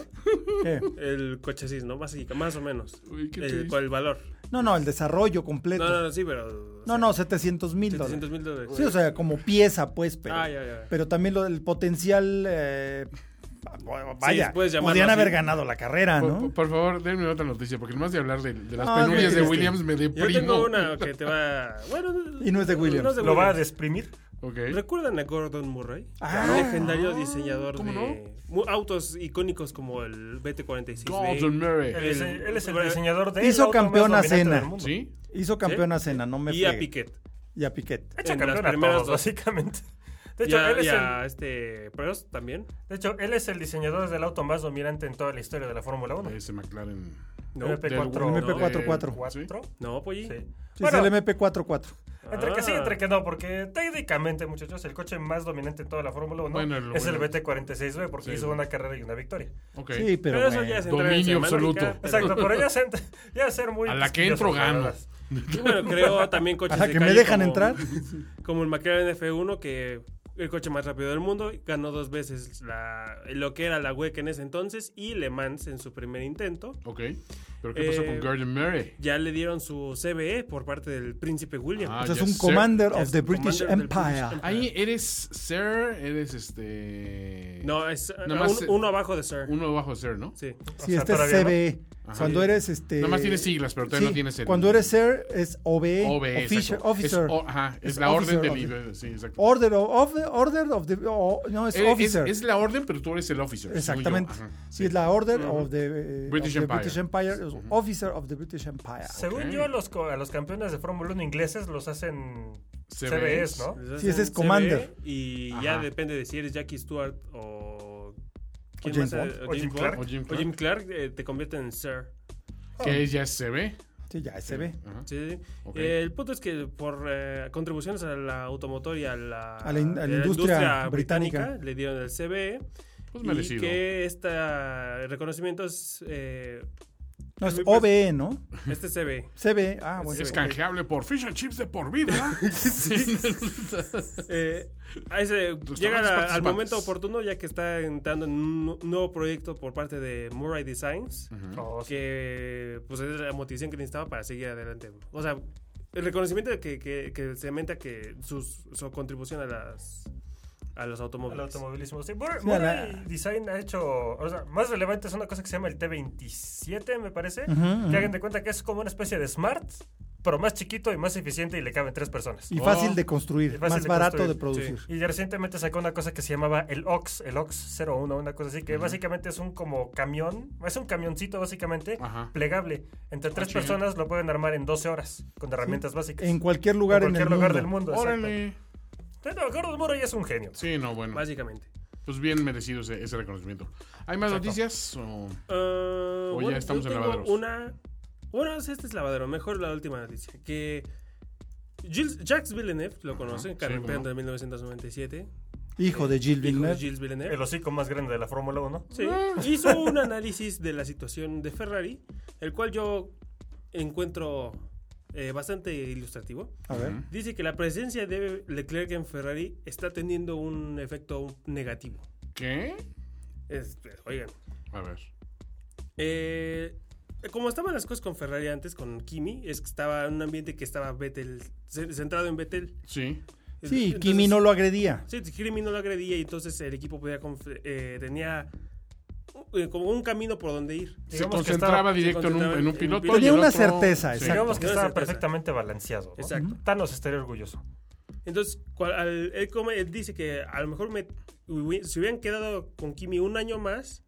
¿Qué?
El chasis, ¿no? Básica, más o menos.
Uy, qué
el,
triste.
con el valor.
No, no, el desarrollo completo.
No, no, no, sí, pero.
No, no, 700 mil dólares.
700 mil dólares.
Sí, o sea, como pieza, pues, pero,
Ah, ya, ya.
pero también lo del potencial eh, Vaya,
puedes llamarlo
podían
así.
haber ganado la carrera,
Por,
Ah, ¿no?
por- por favor, denme otra noticia, porque más de hablar de, de las
Ah,
penurias
qué
de
triste.
Williams me
Yo
deprimo.
tengo una que te va. Bueno,
Y no es de Williams.
no es de
¿Lo va a
Williams.
desprimir?
Ok.
¿Recuerdan a Gordon Murray?
Ah,
legendario diseñador
¿cómo
de mu- autos icónicos como el BT-46.
Gordon Murray.
Él,
El-
es, el- él es el diseñador de
Hizo
el auto más
campeón a
dominante
Senna.
del mundo.
¿Sí?
Hizo campeón a Senna, no me
Y a
friegue.
Piquet.
Y a Piquet.
Echa
En las
campeón a
primeras
todos,
dos.
básicamente. De
Y
hecho,
a,
él
y
es el,
a este Prost también.
de hecho, él es el diseñador del auto más dominante en toda la historia de la Fórmula 1.
Ese McLaren.
No, eh,
MP4.
del-
¿no?
MP4.
de- ¿sí?
¿Cuatro?
no
Sí.
Polly.
Sí,
Bueno,
es el MP44.
entre que sí,
Ah.
entre que no, porque técnicamente, muchachos, el coche más dominante en toda la Fórmula 1
Bueno, lo
es
bueno.
el BT46B, porque
Sí.
hizo una carrera y una victoria.
Ok.
Sí, pero,
Pero, eso
bueno.
ya es entrar en
Dominio absoluto.
semántica, pero-
Exacto, pero ya, se ent- ya ser muy.
A la que
quisquillosos,
entro
la
gano.
verdad.
Y bueno, creo también coches
¿A la
de
que me
calle
dejan
como-
entrar?
Como el McLaren F1, que el coche más rápido del mundo, ganó dos veces la, lo que era la WEC en ese entonces y Le Mans en su primer intento.
Ok. ¿Pero qué pasó
Eh,
con Gordon Murray?
Ya le dieron su CBE por parte del príncipe William.
Ah,
O sea, es
ya
un
sé.
commander
Ya
of
es
the
un
British
commander del British
Empire.
Ahí eres Sir, eres este.
No, es
Nada más,
un-
eh,
uno abajo de Sir.
Uno bajo Sir, ¿no?
Sí.
Sí,
sea,
este es
todavía no.
CBE.
Ah, Ajá.
Cuando eres este.
Nada más tiene siglas, pero todavía
Sí,
no tienes el.
Cuando eres Sir, es OBE.
OBE,
officer.
E, exacto.
officer.
Es, o- ajá, es,
Es
la orden
officer,
del. E,
officer.
Sí, exacto.
Order of, of the- order of the o- no es
Eh, es,
officer.
es la orden, pero tú eres el officer. según yo.
Exactamente.
Ajá.
Sí, es la order of the, eh,
British
of the
Empire.
British Empire, es officer of the British Empire.
Según
Ok.
yo, a los, co- a los campeones de Fórmula 1 ingleses los hacen
CBEs.
CBEs, E, ¿no?
Les
Sí, ese es
hacen CBE
Commander.
Y
Ajá.
ya depende de si eres Jackie Stewart o. ¿quién
James
más? Eh,
Bond.
O Jim Clark.
O Jim
O
Clark,
Jim Clark eh, te convierten en Sir.
que ya E. se ve.
Sí, ya se ve.
Ajá.
Sí.
Ok.
Eh, el punto es que por eh, contribuciones a la automotor y a la, eh,
A la in- a la industria británica.
le dieron el CBE.
Pues
y
merecido.
que este reconocimiento es eh,
No, es
Pues-
OBE, ¿no?
este CBE.
CBE. Ah, bueno.
Es canjeable por fish and chips de por vida.
Eh, a ese-
Tus
llega
tamaños
la- al
participantes.
momento oportuno ya que está entrando en un nu- nuevo proyecto por parte de Murray Designs
Oh, sí.
que pues es la motivación que necesitaba para seguir adelante. O sea, el reconocimiento de que, que, que cementa que sus, su contribución a las a los
Al
automóviles.
automovilismo. Sí, Mur-
Sí,
Murray
a la-
Design ha hecho. O sea, más relevante es una cosa que se llama el T27, me parece.
Ujú, ujú.
Que hagan de cuenta que es como una especie de Smart, pero más chiquito y más eficiente y le caben tres personas.
Y
Oh.
fácil de construir,
Y fácil
más
de
barato
construir,
de producir.
Y recientemente sacó una cosa que se llamaba el OX, el OX 01, una cosa así, que básicamente es un como camión, es un camioncito básicamente
Ajá.
plegable. Entre tres
chinga.
personas lo pueden armar en 12 horas con herramientas básicas.
En cualquier
En
lugar en,
cualquier
el
lugar
mundo.
del mundo. exacto.
Órale.
No, Gordon Murray es un genio.
Sí, no, bueno.
Básicamente.
Pues bien merecido ese, ese reconocimiento. ¿Hay más
Exacto.
noticias? O-
Ah,
O
bueno,
ya estamos
yo
en
tengo
lavaderos.
Una. Bueno, es- este es lavadero. Mejor la última noticia. Que. Gilles- Jacques Villeneuve lo conoce,
sí,
campeón
cómo no.
de 1997.
Hijo de Gilles
hijo de
Villeneuve.
Gilles Villeneuve.
El hocico más grande de la Fórmula 1.
Sí,
Ah.
hizo un análisis de la situación de Ferrari, el cual yo encuentro eh, bastante ilustrativo.
A ver.
Dice que la presencia de Leclerc en Ferrari está teniendo un efecto negativo.
¿Qué?
Es- Este, oigan,
A ver.
eh, como estaban las cosas con Ferrari antes, con Kimi, es que estaba en un ambiente que estaba Vettel, ce- centrado en Vettel.
Sí.
Sí,
Entonces-
Kimi no lo agredía.
Sí, Kirimi no lo agredía y entonces el equipo podía conf- eh, tenía eh, como un camino por donde ir.
Se
Digamos que
concentraba
estaba-
directo en, un,
concentraba
en un
en-
piloto.
Tenía
y el
una
otro-
certeza,
Sí.
exacto.
Digamos que
Una
estaba
certeza.
perfectamente balanceado. ¿no?
Exacto.
Thanos estaría orgulloso.
Entonces, cual- al- él, come- él dice que a lo mejor me, hubi- si hubieran quedado con Kimi un año más,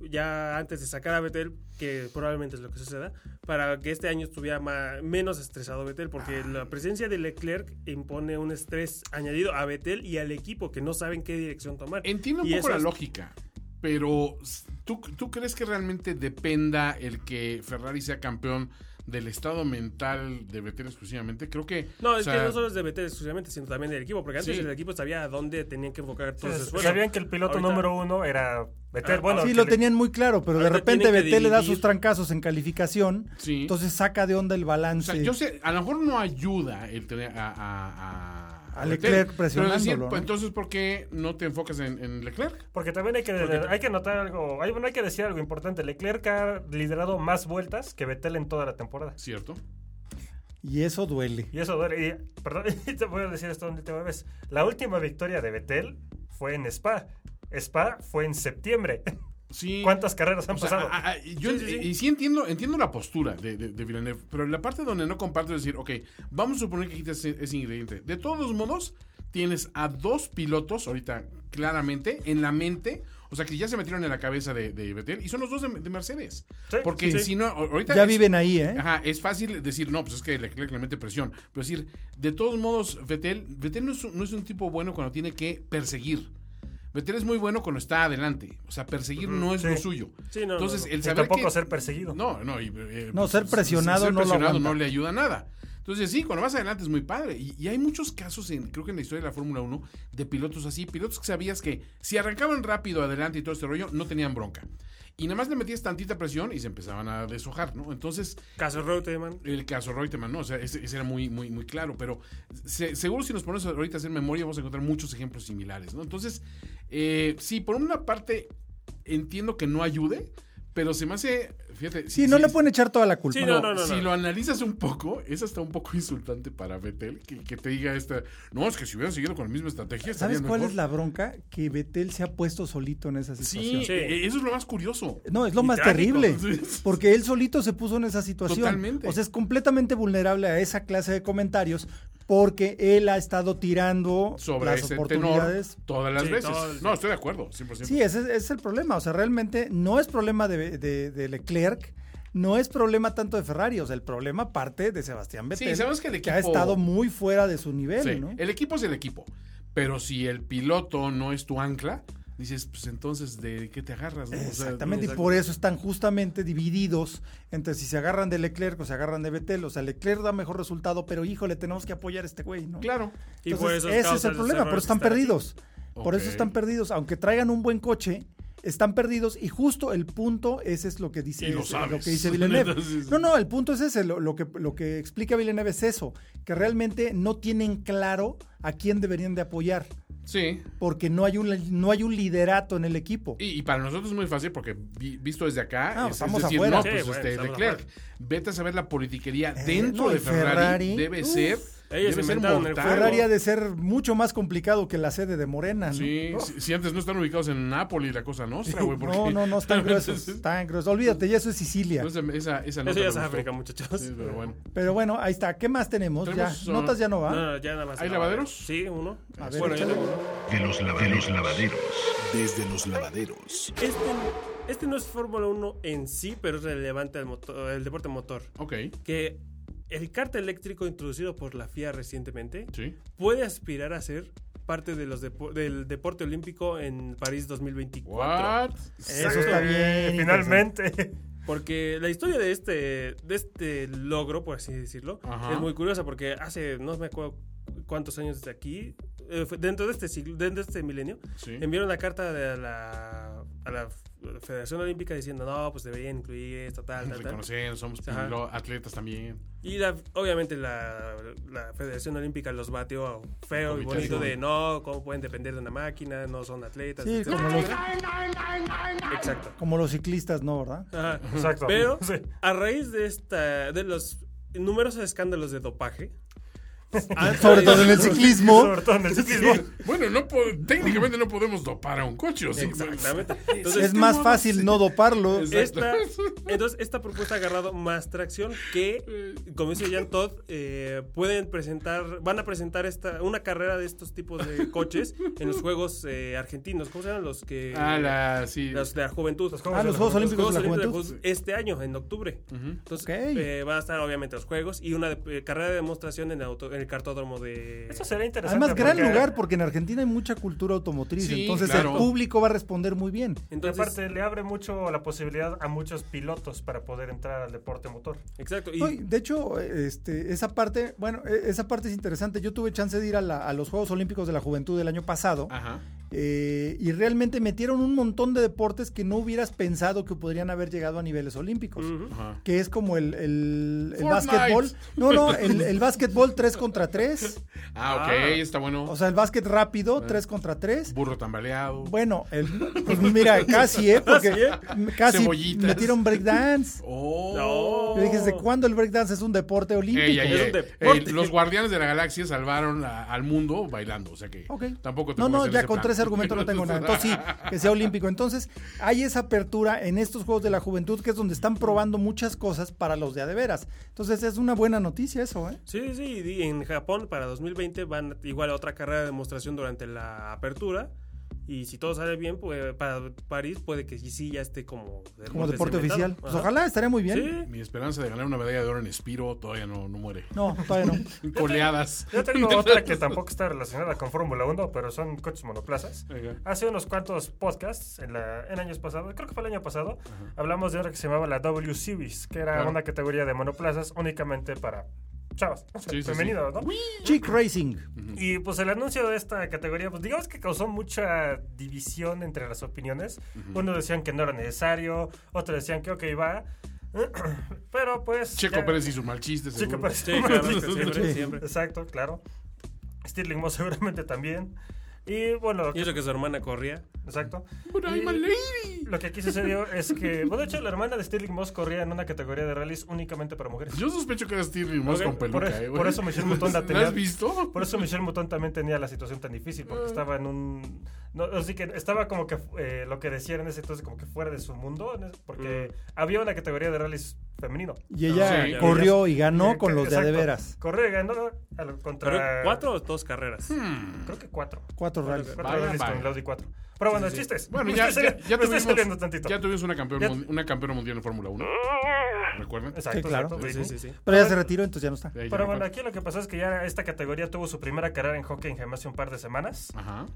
ya antes de sacar a Betel, que probablemente es lo que suceda, para que este año estuviera ma- menos estresado Betel, porque la presencia de Leclerc impone un estrés añadido a Betel y al equipo que no saben qué dirección tomar.
Entiendo un
Y
poco
eso
la
es-
lógica, pero ¿tú, ¿tú crees que realmente dependa el que Ferrari sea campeón del estado mental de Vettel exclusivamente? Creo que...
No,
o
es
sea,
que no solo es de Betel exclusivamente, sino también del equipo, porque antes
Sí.
el equipo sabía a dónde tenían que enfocar todos sus
Entonces,
esfuerzos.
sabían que el piloto
Ahorita-
número uno era Vettel.
Ah,
bueno,
Sí,
que
lo
le-
tenían muy claro, pero de
Ahorita
repente
tienen que
Betel le da
dividir.
sus trancazos en calificación.
Sí.
Entonces saca de onda el
O sea,
balance.
yo sé, a lo mejor no ayuda el tener a... a, a-
A Leclerc
Vettel, pero decir, pues,
presionándolo, ¿no?
Entonces, ¿por qué no te enfocas en, en Leclerc?
Porque también hay que, hay que notar algo, hay, bueno, hay que decir algo importante. Leclerc ha liderado más vueltas que Vettel en toda la temporada.
¿Cierto?
Y eso duele.
Y eso duele. Y, perdón, te voy a decir esto una última vez. La última victoria de Vettel fue en Spa. Spa fue en septiembre.
Sí.
¿Cuántas carreras han
O sea,
pasado?
a- a- yo,
Sí, sí, sí.
Y sí entiendo, entiendo la postura de, de, de Villeneuve, pero la parte donde no comparto es decir, ok, vamos a suponer que quitas ese, ese ingrediente. De todos modos, tienes a dos pilotos ahorita claramente en la mente, o sea, que ya se metieron en la cabeza de, de Vettel, y son los dos de, de Mercedes.
Sí,
Porque
sí, sí.
si no, a- ahorita...
Ya
es-
viven ahí, ¿eh?
Ajá, es fácil decir, no, pues es que Leclerc le mete presión. Pero es decir, de todos modos, Vettel, Vettel no, es un, no es un tipo bueno cuando tiene que perseguir. Vettel es muy bueno cuando está adelante. O sea, perseguir no es
sí.
lo suyo.
Sí, no,
Entonces,
no,
el
Y
saber
tampoco
que-
ser perseguido.
No, no. y, eh,
No, ser
s-
presionado
ser
no lo
presionado
aguanta.
no le ayuda a nada. Entonces, sí, cuando vas adelante es muy padre. Y, y hay muchos casos, en, creo que en la historia de la Fórmula 1, de pilotos así. Pilotos que sabías que si arrancaban rápido adelante y todo este rollo, no tenían bronca. Y nada más le metías tantita presión y se empezaban a deshojar, ¿no? Entonces,
Caso Reutemann.
el caso Reutemann, ¿no? O sea, ese, ese era muy, muy, muy claro, pero se- seguro si nos ponemos ahorita a hacer memoria vamos a encontrar muchos ejemplos similares, ¿no? Entonces, eh, sí, por una parte entiendo que no ayude, pero se me hace, fíjate,
Sí,
si-
no
si-
le pueden echar toda la culpa.
Sí, no, no, no.
si lo analizas un poco, es hasta un poco insultante para Vettel que, que te diga esta, no, es que si hubieran seguido con la misma estrategia,
¿Sabes
estarían
cuál
mejor".
es la bronca? Que Betel se ha puesto solito en esa situación.
Sí,
Sí.
eh, eso es lo más curioso.
No, es lo
Y
más
trágico.
terrible.
Sí.
Porque él solito se puso en esa situación.
Totalmente.
O sea, es completamente vulnerable a esa clase de comentarios porque él ha estado tirando
Sobre
las
ese tenor
oportunidades.
todas las
Sí,
veces.
todo el-
No, estoy de acuerdo, 100%.
Sí, ese es, ese es el problema. O sea, realmente no es problema de, de- de Leclerc. No es problema tanto de Ferrari, o sea, el problema parte de Sebastián Vettel,
Sí, sabemos que el
ha
equipo-
estado muy fuera de su nivel,
Sí,
¿no?
El equipo es el equipo. Pero si el piloto no es tu ancla, dices, pues entonces, ¿de qué te agarras? no? O sea,
Exactamente,
no,
y por e-, eso están justamente divididos entre si se agarran de Leclerc o se agarran de Vettel. O sea, Leclerc da mejor resultado, pero híjole, tenemos que apoyar a este güey, ¿no?
Claro.
Y por
Entonces,
eso
ese es
causa
el
esos
problema, por
errores
eso están
que aquí.
perdidos. Por eso
Ok.
están perdidos. Aunque traigan un buen coche, están perdidos y justo el punto, ese es lo que dice,
Y lo
es-
sabes.
que dice Villeneuve.
Entonces-
no, no, el punto es ese, lo, lo que, lo que explica Villeneuve es eso, que realmente no tienen claro a quién deberían de apoyar,
Sí.
porque no hay un, no hay un liderato en el equipo.
Y, y para nosotros es muy fácil porque vi- visto desde acá,
Ah,
es- es,
estamos
decir,
afuera.
no,
Sí,
pues
bueno,
este,
estamos
Leclerc,
afuera.
vete a saber la politiquería
Eh,
dentro
no,
de
y
Ferrari,
Ferrari,
debe
uf.
ser,
Ellos
debe ser
inventaron el
mortal.
Claro.
Ferrari ha de ser mucho más complicado que la sede de Morena, ¿no?
Sí, si, si antes no están ubicados en Nápoles, la cosa nostra, güey. porque-
No, no, no, están gruesos, están gruesos. Olvídate, ya eso es Sicilia.
Entonces, esa, esa nota
Eso
me
ya es
gustó.
África, muchachos.
Sí, pero bueno.
Pero bueno, ahí está. ¿Qué más tenemos?
Tenemos,
ya.
uh,
Notas ya no va.
No, no, ya nada más.
¿Hay
el
lavaderos?
lavadero. Sí, uno.
A ver,
Bueno,
échale.
De los lavaderos. Desde los lavaderos.
Este, este no es Fórmula 1 en sí, pero es relevante al motor, el deporte motor.
Ok,
Que el kart eléctrico introducido por la FIA recientemente
sí.
puede aspirar a ser parte de los depo- del deporte olímpico en París 2024.
What?
Eso está bien.
Finalmente.
Porque la historia de este, de este logro, por así decirlo,
Ajá.
es muy curiosa porque hace, no me acuerdo cuántos años de aquí, eh, fue dentro de este siglo, dentro de este milenio,
Sí.
enviaron la carta de la, a la Federación Olímpica diciendo, no, pues debería incluir esto, tal, tal, tal.
Reconocer, somos
Ajá.
pilo- atletas también.
Y la- obviamente la, la Federación Olímpica los bateó feo y
Comité
bonito de,
Olímpico.
no, cómo pueden depender de una máquina, no son atletas.
Sí,
etcétera,
como los-
etcétera. Exacto.
Como los ciclistas, ¿no, verdad?
Ajá.
Exacto.
Pero
Sí.
a raíz de esta de los numerosos escándalos de dopaje, han
Sobre todo en el
salido-
ciclismo.
Sobre todo en el ciclismo.
Bueno, no po- técnicamente no podemos dopar a un coche, ¿o sí?
Exactamente. Entonces,
Es más fácil no doparlo.
Exacto.
esta, entonces, esta propuesta ha agarrado más tracción que, como dice Jan Todd, eh, pueden presentar, van a presentar esta, una carrera de estos tipos de coches en los Juegos eh, Argentinos. ¿Cómo se llaman los que...?
Ah, la, sí.
Los de la juventud.
Los
Ah, los Juegos Olímpicos de la Juventud.
Juegos este año, en octubre. Entonces,
Ok.
eh, van a estar obviamente los Juegos y una de- eh, carrera de demostración en, auto- en el cartódromo de...
Eso será interesante.
Además, gran
porque-
lugar porque en Argentina hay mucha cultura automotriz.
Sí,
entonces
claro.
el público va a responder muy bien.
Y
Entonces,
aparte, le abre mucho la posibilidad a muchos pilotos para poder entrar al deporte motor.
exacto. Y,
No, y de hecho, este, esa parte, bueno, e- esa parte es interesante. Yo tuve chance de ir a, la- a los Juegos Olímpicos de la Juventud del año pasado
Ah.
Ajá.
eh, y realmente metieron un montón de deportes que no hubieras pensado que podrían haber llegado a niveles olímpicos.
Ujú.
Ajá.
que es como el, el, el
Fortnite.
básquetbol. No, no, el, el básquetbol 3 contra 3.
Ah, ok,
Ah.
está bueno.
O sea, el básquet rápido 3 contra 3.
Burro tambaleado.
Bueno, el, pues mira, casi, ¿eh? Porque
Casi,
casi
Cebollitas.
metieron breakdance.
Oh.
No.
Yo dije, ¿desde cuándo el breakdance es un deporte olímpico?
Ey, ey,
Es
ey.
un deporte.
Ey, los guardianes de la galaxia salvaron a- al mundo bailando, o sea que
Ok.
tampoco te
No,
pongas
no,
en
ya
ese
con
plan.
tres argumentos no tengo nada. Entonces sí, que sea olímpico. Entonces, hay esa apertura en estos Juegos de la Juventud que es donde están probando muchas cosas para los de a de veras. Entonces, es una buena noticia eso, ¿eh?
Sí, sí, y en Japón para 2020 van igual a otra carrera de demostración durante la apertura. Y si todo sale bien, pues para París puede que sí ya esté como deporte,
Como deporte
cimentado.
oficial. Pues
Ajá.
ojalá, estaría muy bien.
Sí.
Mi esperanza de ganar una medalla de oro en Espiro todavía no, no muere.
No, todavía no.
Coleadas.
Yo tengo otra que tampoco está relacionada con Fórmula 1, pero son coches monoplazas.
Ajá.
Hace unos cuantos podcasts, en, la- en años pasados, creo que fue el año pasado, hablamos de una que se llamaba la W Series, que era
Claro.
una categoría de monoplazas únicamente para chavas. O sea,
Sí, sí, sí.
femeninas, ¿no?
Chick Racing.
Y pues el anuncio de esta categoría, pues digamos que causó mucha división entre las opiniones. Unos decían que no era necesario, otros decían que ok, va. Pero pues.
Checo
ya-
Pérez hizo mal chiste.
Checo
seguro.
Pérez.
Sí, claro, es que siempre, siempre.
Exacto, claro. Stirling Moss seguramente también. Y bueno,
Y eso que su hermana corría.
exacto.
But I'm a
Y-
lady.
Lo que aquí sucedió es que, bueno, de hecho, la hermana de Stirling Moss corría en una categoría de rallies únicamente para mujeres.
Yo sospecho que eres Tirri más
Ok,
con
por
peluca,
eso-
eh, güey.
por eso Michelle Button la
¿La
tenía-
has visto?
Por eso Michelle Mouton también tenía la situación tan difícil, porque estaba en un... No, así que estaba como que eh, lo que decían en ese entonces, como que fuera de su mundo, ¿no? porque había una categoría de rallies femenino.
Y ella
Sí.
corrió y ganó
Eh,
con los de a de
exacto.
veras.
Corrió y ganó a lo- contra...
Pero, ¿Cuatro o dos carreras?
Hmm.
Hmm.
Creo que cuatro.
Cuatro rallies.
Cuatro
Vaya,
rallies
vaya.
con el Audi 4. Pero bueno, chistes.
Bueno,
Me
ya,
estoy
ya,
saliendo-
ya
me estoy
tuvimos,
saliendo tantito.
ya tuvimos una, campeón
Ya-
mun- una campeona mundial en Fórmula 1. ¿Recuerdan?
Exacto,
Sí, claro.
exacto,
Sí, sí,
Britney.
sí, sí.
Pero ya se retiró, entonces ya no está.
De ahí ya
Pero
no
bueno,
fue.
aquí lo que pasó es que ya esta categoría tuvo su primera carrera en Hockenheim hace un par de semanas.
Ajá.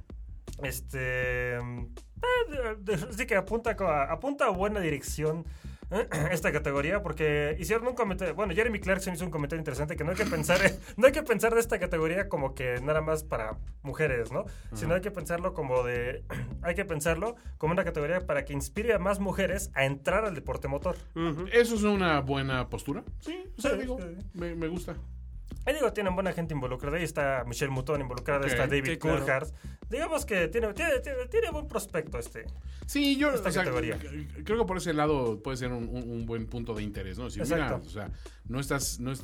Este. mm, eh, de- de- Así que apunta, co- a- apunta a buena dirección eh, esta categoría porque hicieron un comentario bueno Jeremy Clarkson hizo un comentario interesante que no hay que pensar no hay que pensar de esta categoría como que nada más para mujeres no sino hay que pensarlo como de hay que pensarlo como una categoría para que inspire a más mujeres a entrar al deporte motor
Ujú.
¿Eso es una buena postura? Sí, o sea,
Sí,
digo,
sí.
me, me gusta.
Ahí Eh, digo, tienen buena gente involucrada. Ahí está Michelle Mouton involucrada,
Ok,
está
sí,
David
claro.
Coulthard. Digamos que tiene, tiene, tiene- tiene buen prospecto este.
Sí, yo
Esta
o sea,
categoría.
c- creo que por ese lado puede ser un, un- un buen punto de interés, ¿no? Decir, mira,
Exacto.
o sea, no estás... No es,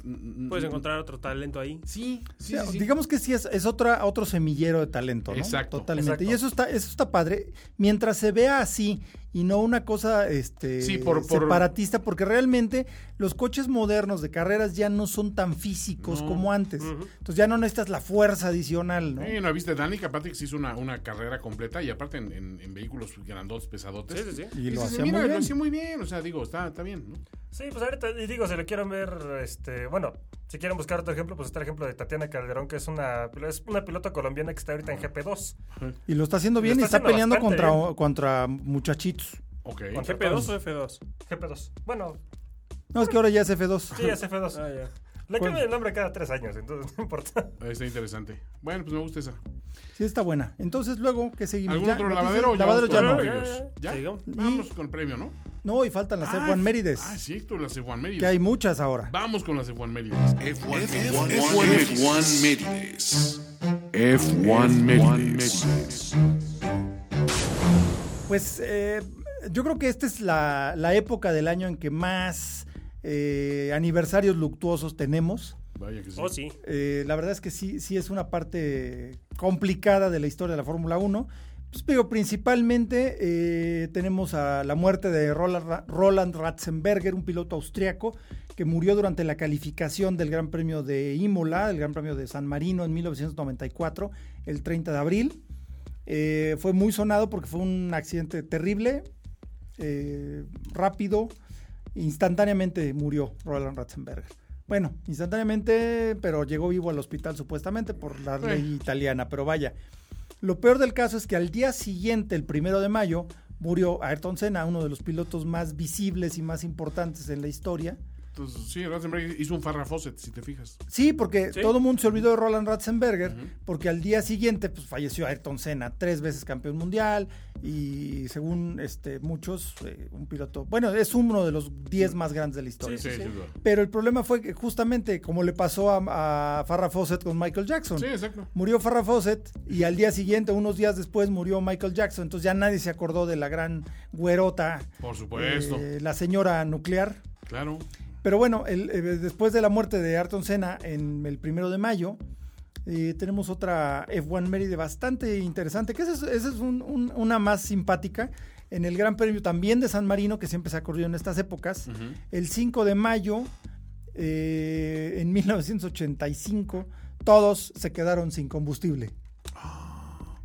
Puedes encontrar otro talento ahí.
Sí, sí,
O sea,
sí, sí.
Digamos que sí es, es otra, otro semillero de talento, ¿no?
Exacto.
Totalmente.
Exacto.
Y eso está, eso está padre. Mientras se vea así y no una cosa este,
Sí, por- por-
separatista, porque realmente los coches modernos de carreras ya no son tan físicos
No.
como antes. Entonces ya no necesitas la fuerza adicional, ¿no?
Eh, no viste, Danica Patrick hizo una, una carrera completa y aparte en, en- en vehículos grandotes, pesadotes.
Sí, sí, sí.
Y lo
dices,
hacía
mira,
muy
lo
bien.
hacía muy bien. O sea, digo, está, está bien, ¿no?
Sí, pues ahorita, y digo, si lo quieren ver, este, bueno, si quieren buscar otro ejemplo, pues está el ejemplo de Tatiana Calderón, que es una, es una piloto colombiana que está ahorita en GP2.
Y lo está haciendo bien y
está
está peleando
haciendo bastante
contra,
¿eh?
bien.
contra muchachitos.
Ok.
Contra
¿F2
todos.
o F2?
GP2. Bueno,
No, es que ahora ya es F2.
sí, es F2.
Ah, ya.
Le
¿Cuál?
cambian el nombre cada tres años, entonces no importa.
Está interesante. Bueno, pues me gusta esa.
Sí, está buena. Entonces, luego, que seguimos?
¿Algún
Ya,
otro
noticias-
lavadero? o ya
Lavadero ya
vamos
no.
con premios? ¿Ya?
Sigamos.
Vamos con el premio, ¿no?
No, y faltan las
Ah,
F1 Mérides,
Ah, sí, tú las de Juan
que
Mérides.
hay muchas ahora.
Vamos con las de Juan Mérides.
F1 F1 Medides. F1 Medides.
Pues eh, yo creo que esta es la, la época del año en que más eh, aniversarios luctuosos tenemos.
Vaya que sí.
Oh, sí.
Eh, la verdad es que sí, sí es una parte complicada de la historia de la Fórmula 1. Pues, pero principalmente eh, tenemos a la muerte de Roland, Ra- Roland Ratzenberger, un piloto austriaco que murió durante la calificación del Gran Premio de Imola, el Gran Premio de San Marino en 1994, el 30 de abril. Eh, fue muy sonado porque fue un accidente terrible, eh, rápido, instantáneamente murió Roland Ratzenberger. Bueno, instantáneamente, pero llegó vivo al hospital supuestamente por la ley italiana, pero vaya. Lo peor del caso es que al día siguiente, el primero de mayo, murió Ayrton Senna, uno de los pilotos más visibles y más importantes en la historia.
Entonces, sí, Ratzenberger hizo un Farrah Fawcett, si te fijas.
Sí, porque
Sí.
todo el mundo se olvidó de Roland Ratzenberger, porque al día siguiente pues, falleció Ayrton Senna, tres veces campeón mundial y según este, muchos, eh, un piloto, bueno, es uno de los diez más grandes de la historia.
Sí, sí, sí.
Pero el problema fue que justamente como le pasó a, a Farrah Fawcett con Michael Jackson.
Sí, exacto.
Murió Farrah Fawcett y al día siguiente, unos días después, murió Michael Jackson. Entonces ya nadie se acordó de la gran güerota,
Por supuesto.
eh, la señora nuclear.
Claro.
Pero bueno, el- eh, después de la muerte de Ayrton Senna en el primero de mayo, eh, tenemos otra F1 Mérida bastante interesante, que esa es, esa es un- un- una más simpática. En el Gran Premio también de San Marino, que siempre se ha corrido en estas épocas,
Ujú.
el 5 de mayo, eh, en 1985, todos se quedaron sin combustible.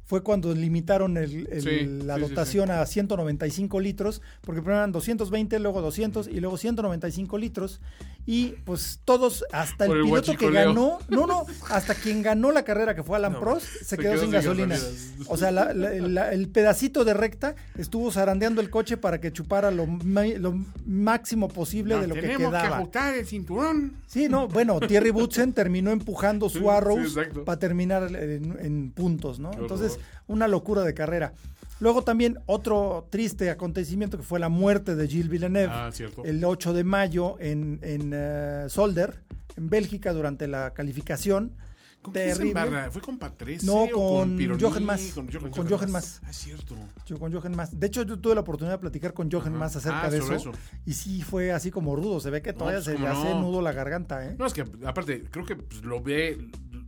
Fue cuando limitaron el- el-
Ah. Sí,
la
sí, sí, sí.
dotación a 195 litros, porque primero eran 220, luego 200 y luego 195 litros. Y pues todos, hasta el,
Por el
piloto que
huachicoleo.
ganó, no, no, hasta quien ganó la carrera, que fue Alan
No,
Prost, se, quedó, sin gasolina.
gasolina.
O sea, la- la- la- el pedacito de recta estuvo zarandeando el coche para que chupara lo, ma- lo máximo posible
No,
de lo que
tenemos que
quedaba.
ajustar el cinturón.
Sí, no, bueno, Thierry Butzen terminó empujando
Sí,
su Arrows
sí, exacto.
para terminar en, en puntos, ¿no?
Qué
Entonces,
horror.
una locura de carrera. Luego también otro triste acontecimiento que fue la muerte de Gilles Villeneuve
Ah, cierto.
el 8 de mayo en, en eh, Solder, en Bélgica, durante la calificación.
¿Con quién se
terrible.
embarra? ¿Fue con Patrese
No,
o con
con
Pironi?
Jochen Mass.
Jochen
Con Jochen
Mass. Ah, es cierto.
Yo con Jochen Mass. De hecho, yo tuve la oportunidad de platicar con Jochen
Ajá.
Mass acerca
Ah,
de eso,
sobre eso.
Y sí, fue así como rudo. Se ve que todavía
pues,
se le
cómo
hace
no.
nudo la garganta, ¿eh?
No, es que aparte, creo que pues, lo ve.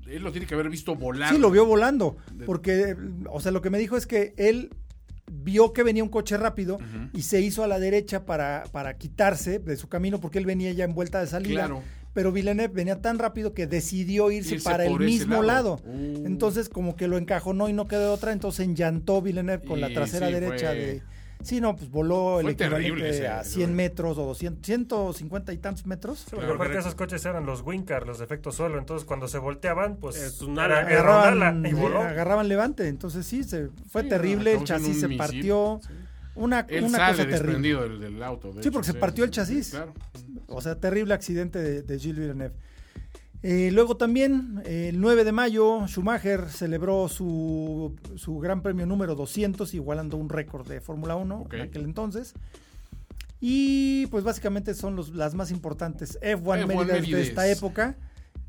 Él lo tiene que haber visto volar.
Sí, lo vio volando.
De-
Porque, o sea, lo que me dijo es que él vio que venía un coche rápido y se hizo a la derecha para, para quitarse de su camino porque él venía ya en vuelta de salida.
Claro.
Pero Villeneuve venía tan rápido que decidió irse,
Irse
para el
por ese
mismo lado.
lado. Uh.
Entonces, como que lo encajonó y no quedó de otra, entonces enllantó Villeneuve con la
Y
trasera
sí,
derecha
fue-
de... Sí, no, pues voló el
Fue terrible
equivalente
ese-
a 100 metros o 200, 150 y tantos metros.
Porque aparte esos coches eran los Wincar, los de efecto suelo. Entonces cuando se volteaban, pues
Es un ala.
era, era un ala y
sí,
voló.
agarraban levante. Entonces sí, se, fue
Sí,
terrible, el
acabó siendo
chasis
un
se
misil.
partió.
Sí.
Una,
Él
una
sale
cosa terrible.
desprendido del, del auto. de
Sí, porque se partió el chasis.
Claro.
O sea, terrible accidente de, de Gilles Villeneuve. Eh, luego también, eh, el 9 de mayo, Schumacher celebró su, su gran premio número 200, igualando un récord de Fórmula 1
Ok.
en aquel entonces. Y pues básicamente son los, las más importantes F1,
F1
Mérides de
Mérides.
esta época.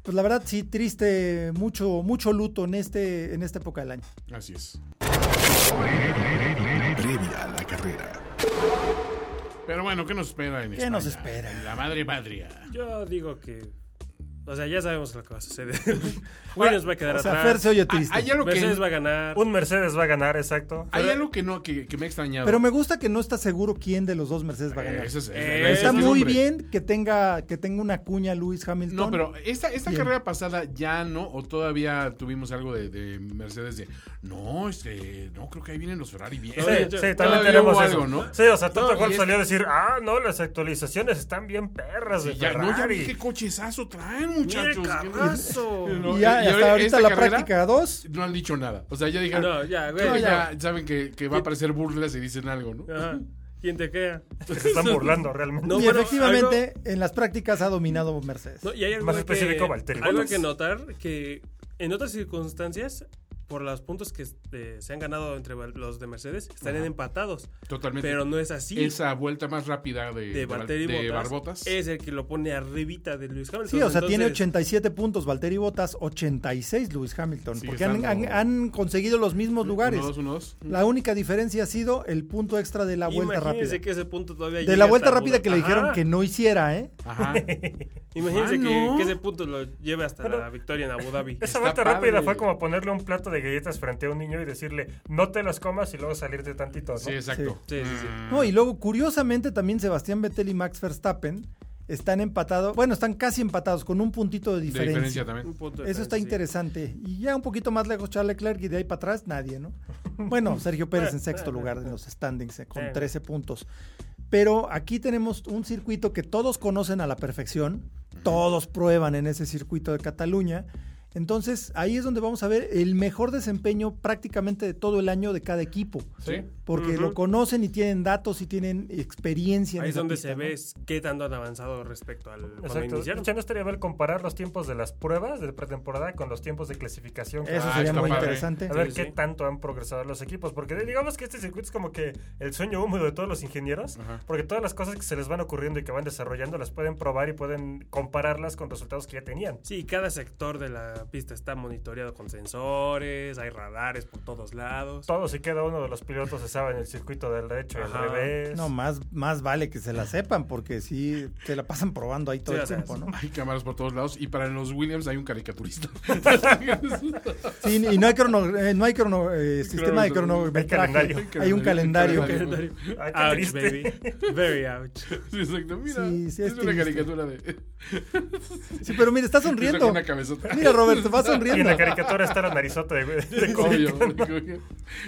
Pues la verdad sí, triste, mucho, mucho luto en, este, en esta época del año.
Así es.
Previa a la carrera.
Pero bueno, ¿qué nos espera en
¿Qué nos
España?
espera?
La madre patria.
Yo digo que. O sea, ya sabemos lo que va a suceder. Williams va a quedar
O sea,
atrás.
Fer se oye
Ah,
triste.
Hay algo que,
Mercedes va a ganar.
Un Mercedes va a ganar, exacto.
hay algo que, no, que, que me ha extrañado.
Pero me gusta que no está seguro quién de los dos Mercedes va a
Eh,
ganar.
ese es-
Eh,
ese es
Está
el
muy
hombre.
bien que tenga, que tenga una cuña Luis Hamilton.
No, pero esta, esta
Bien.
carrera pasada ya no, o todavía tuvimos algo de, de Mercedes de, no, este, no, creo que ahí vienen los Ferrari bien.
Sí,
Oye,
sí,
yo-
también
todavía
tenemos
hubo
eso.
algo, ¿no?
Sí, o sea, Toto
No, y
Wolff
es-
salió a decir, ah, no, las actualizaciones están bien perras de
Sí, ya, no, ya vi
Ferrari.
qué cochezazo traen, muchachos.
Mira el
¿Qué-
carrazo.
No,
Y ya,
y
y hasta
esta
ahorita la
carrera
práctica 2.
No han dicho nada. O sea, ya dijeron,
No, ya, güey.
creo que
ya.
ya saben que, que va a aparecer burlas y dicen algo, ¿no?
Ajá. ¿Quién te queda?
Se están burlando realmente.
No,
y
bueno,
efectivamente, en las prácticas ha dominado Mercedes.
No, y hay algo
Más
que-
específico, Valtteri
Algo
Bottas.
que notar que en otras circunstancias, por los puntos que eh, se han ganado entre val- los de Mercedes, estarían
Ajá.
empatados.
Totalmente.
Pero no es así.
Esa vuelta más rápida de,
de Valtteri
de
Bottas,
Barbotas.
es el que lo pone arribita de Luis Hamilton.
Sí, o sea, tiene
Entonces,
87 puntos Valtteri Bottas, 86 Luis Hamilton,
Sigue
porque han,
estando-
han- han conseguido los mismos lugares.
Uno, dos, uno, dos.
La única diferencia ha sido el punto extra de la vuelta
imagínense
rápida.
que ese punto todavía
De
llega
la vuelta
hasta
rápida que le
Budapest.
dijeron
Ajá.
que no hiciera, ¿eh?
Ajá.
Imagínense
Ah,
que,
no.
que ese punto lo lleve hasta
Pero-
la victoria en Abu Dhabi.
Esa
Está
vuelta
padre.
rápida fue como ponerle un plato de galletas frente a un niño y decirle, no te las comas y luego salirte tantito. ¿no?
Sí, exacto. Mm,
Sí, sí, sí.
No, y luego, curiosamente, también Sebastián Vettel y Max Verstappen están empatados. Bueno, están casi empatados con un puntito de
De
diferencia.
diferencia también.
Un punto de
Eso está
diferencia, sí.
interesante. Y ya un poquito más lejos, Charles Leclerc, y de ahí para atrás, nadie, ¿no? Bueno, Sergio Pérez en sexto lugar en los standings, eh, con 13 puntos. Pero aquí tenemos un circuito que todos conocen a la perfección, todos prueban en ese circuito de Cataluña. Entonces, ahí es donde vamos a ver el mejor desempeño prácticamente de todo el año de cada equipo.
Sí.
Porque lo conocen y tienen datos y tienen experiencia. en
Ahí es
esa
donde
pista,
se
¿no?
ve qué tanto han avanzado respecto al cuando
Exacto.
iniciaron.
Ya no estaría mal comparar los tiempos de las pruebas de pretemporada con los tiempos de clasificación.
Eso
Ah,
sería
está
muy
padre.
interesante.
A ver
Sí,
qué
sí.
tanto han progresado los equipos. Porque digamos que este circuito es como que el sueño húmedo de todos los ingenieros.
Ajá.
Porque todas las cosas que se les van ocurriendo y que van desarrollando las pueden probar y pueden compararlas con resultados que ya tenían.
Sí, cada sector de la la pista está monitoreado con sensores, hay radares por todos lados.
Todos y cada uno de los pilotos se sabe en el circuito del derecho y al
Ajá.
revés.
No, más, más vale que se la sepan, porque sí, se la pasan probando ahí todo
Sí,
el
o sea,
tiempo, ¿no?
Hay cámaras por todos lados y para los Williams hay un caricaturista.
Sí, y no hay, crono- eh, no hay crono- eh, sistema de cronometraje.
Hay calendario.
Hay un calendario.
Hay un
Calendario.
Ay, qué
Ouch,
triste.
baby. Very ouch.
Sí, exacto. Mira,
Sí, sí,
es,
es
una
triste.
caricatura de.
Sí, pero mira, está
Empieza con
sonriendo.
Una cabezota.
Mira, Roberto, va
Y en
sonriendo.
la caricatura está la narizota de, de
Obvio. Qué-
No,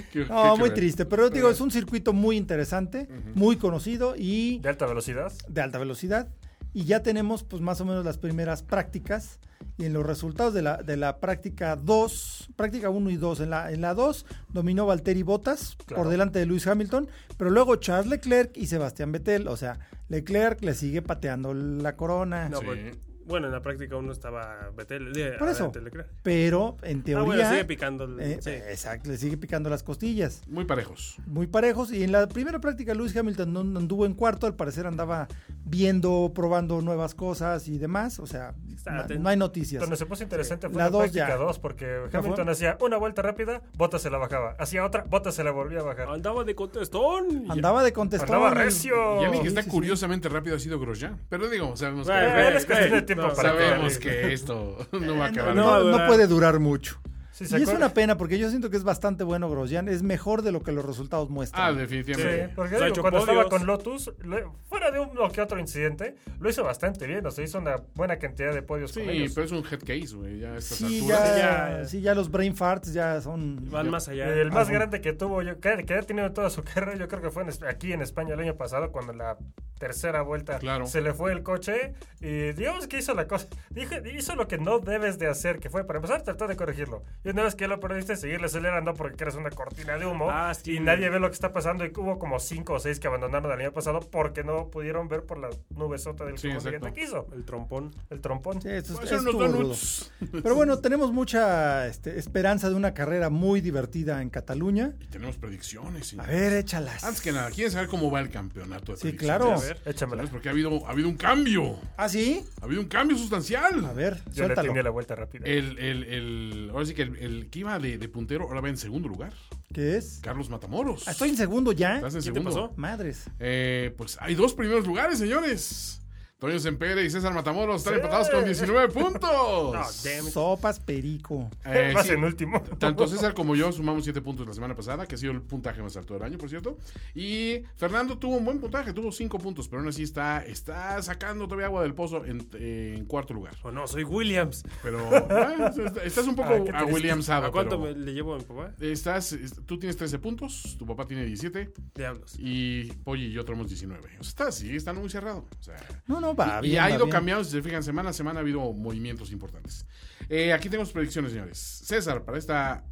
qué
muy
cruel.
triste, pero yo te digo, es un circuito muy interesante, muy conocido y
de alta velocidad.
de alta velocidad. Y ya tenemos pues más o menos las primeras prácticas. Y en los resultados de la, de la práctica 2, práctica 1 y 2, en la, en la 2 dominó Valtteri Bottas
Claro.
por delante de Lewis Hamilton, pero luego Charles Leclerc y Sebastián Vettel. O sea, Leclerc le sigue pateando la corona.
No,
Sí.
pero- bueno, en la práctica uno estaba Betel. eh,
Por eso.
adelante, Leclerc.
Pero en teoría.
Ah, bueno, sigue picando. el-
eh,
sí.
Exacto, le sigue picando las costillas.
Muy parejos.
muy parejos. Y en la primera práctica Lewis Hamilton no- no anduvo en cuarto, al parecer andaba viendo, probando nuevas cosas y demás. O sea,
Está
no,
atento.
no hay noticias.
Donde se puso interesante fue
La
la,
dos
práctica
ya.
2, porque
fue?
Hamilton hacía una vuelta rápida, Bottas se la bajaba. Hacía otra, Bottas se la volvía a bajar.
Andaba de contestón. y-
Andaba de contestar.
Andaba recio.
Y a mí que
Sí,
está
sí, sí.
curiosamente rápido ha sido Grosjean. Pero digo, sabemos que.
Bueno,
Eh, él es cuestión
eh,
de tiempo
no,
para
Sabemos
que...
que esto no va a
No,
acabar.
no,
No,
no
¿verdad?
puede durar mucho.
Sí,
Y
¿se
es
acuerdan?
una pena porque yo siento que es bastante bueno Grosjean, es mejor de lo que los resultados
Ah,
muestran.
Sí,
definitivamente.
porque
Se ha
digo,
hecho
cuando estaba
podios.
con Lotus, lo- fuera de uno que otro incidente, lo hizo bastante bien. O sea, hizo una buena cantidad de podios
Sí,
con ellos.
pero es un head case, güey. Ya a estas
Sí,
alturas.
ya,
ya-
sí, ya los brain farts ya son...
Van más allá.
El más
Ajá.
grande que tuvo, yo, que, que ha tenido en toda su carrera, yo creo que fue en es- aquí en España el año pasado, cuando en la tercera vuelta
Claro.
se le fue el coche y Dios que hizo la cosa. Dije, hizo lo que no debes de hacer, que fue para empezar tratar de corregirlo. Y una vez que ya lo perdiste, seguirle acelerando porque creas una cortina de humo
Ah, sí.
y nadie ve lo que está pasando. Y hubo como cinco o seis que abandonaron el año pasado porque no pudieron ver por la nubesota del
Sí,
humo
exacto.
brillante que hizo.
Ah, El trompón.
El trompón.
Sí, eso,
Voy a
es-
hacer Pues, unos
estuvo rudo.
donuts.
Pero bueno, tenemos mucha este, esperanza de una carrera muy divertida en Cataluña.
Y tenemos predicciones. sí.
A ver, échalas.
Antes que nada, ¿quieren saber cómo va el campeonato? de
Sí,
predicciones?
claro.
A ver.
Échamela.
¿Sabes? Porque ha habido, ha habido un cambio.
¿Ah, sí?
Ha habido un cambio sustancial.
A ver,
Yo le
suéltalo.
tenía la vuelta rápida.
El, el, el, ahora sí que el, el que iba de, de puntero ahora va en segundo lugar.
¿Qué es?
Carlos Matamoros.
Ah, Estoy en segundo ya.
¿Estás en
¿Qué te
segundo?
pasó?
Madres.
Eh, pues hay dos primeros lugares, señores. Toño Sempere y César Matamoros están
Sí.
empatados con 19 puntos.
No, Ah, damn it.
Sopas perico.
Eh,
Vas
sí,
en último.
Tanto César como yo sumamos 7 puntos la semana pasada, que ha sido el puntaje más alto del año, por cierto. Y Fernando tuvo un buen puntaje, tuvo 5 puntos, pero aún así está, está sacando todavía agua del pozo en, en cuarto lugar.
O Oh, no, soy Williams.
Pero ah, estás un poco
Ah, qué triste.
a Williamsado.
¿A cuánto
pero
me- le llevo a mi papá?
Estás, est- tú tienes 13 puntos, tu papá tiene 17
Diablos.
y Polly y yo tenemos 19. O sea, está, sí, están muy cerrado. O sea,
No, no, va
y
bien,
ha
va
ido
bien.
cambiando, si se fijan, semana a semana ha habido movimientos importantes. Eh, aquí tenemos predicciones, señores. César, para esta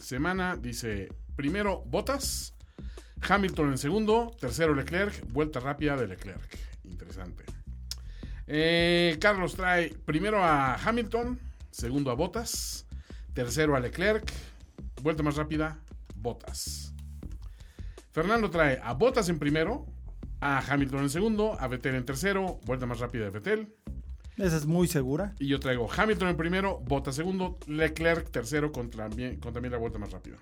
semana, dice, primero Botas, Hamilton en segundo, tercero Leclerc, vuelta rápida de Leclerc. Interesante. Eh, Carlos trae primero a Hamilton, segundo a Botas, tercero a Leclerc, vuelta más rápida, Botas. Fernando trae a Botas en primero, a Hamilton en segundo, a Vettel en tercero, vuelta más rápida de Vettel.
Esa es muy segura.
Y yo traigo Hamilton en primero, Bottas segundo, Leclerc tercero con también, con también la vuelta más rápida.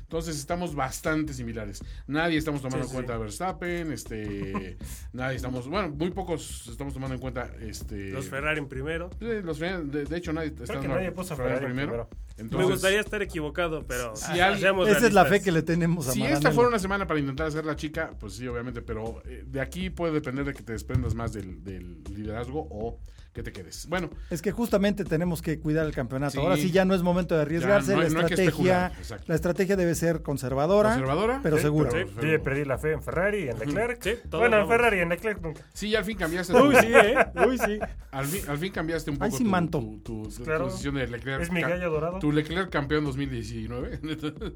Entonces estamos bastante similares. Nadie estamos tomando en
Sí, sí,
cuenta a Verstappen, este, nadie estamos, bueno, muy pocos estamos tomando en cuenta este
Los Ferrari en primero.
Sí, los Ferrari, de, de hecho nadie está
que
tomando
nadie puso a Ferrari primero.
Entonces,
Me gustaría estar equivocado, pero. ah,
Si al-
seamos
Esa es la fe
realistas.
que le tenemos a
Si
Maranello.
esta fuera una semana para intentar hacer la chica, pues sí, obviamente, pero eh, de aquí puede depender de que te desprendas más del, del liderazgo o que te quedes. Bueno,
Es que justamente tenemos que cuidar el campeonato.
Sí.
Ahora sí ya no es momento de arriesgarse.
Ya, no hay-
la,
no hay que
estrategia,
especular, exacto.
la estrategia debe ser conservadora,
conservadora.
pero
Sí,
segura.
pero-
Yo ya perdí la fe en Ferrari y en Leclerc.
Sí, todos
bueno, en
vamos.
Ferrari y en Leclerc nunca.
Sí, ya al fin cambiaste.
Uy, sí, ¿eh? Uy, sí.
Al fin, al fin cambiaste un
Ay,
poco
sí,
tu,
manto.
tu- tu- tu
Pues Claro.
posición de Leclerc.
Es mi
ca-
gallo dorado.
Tu Leclerc campeón 2019.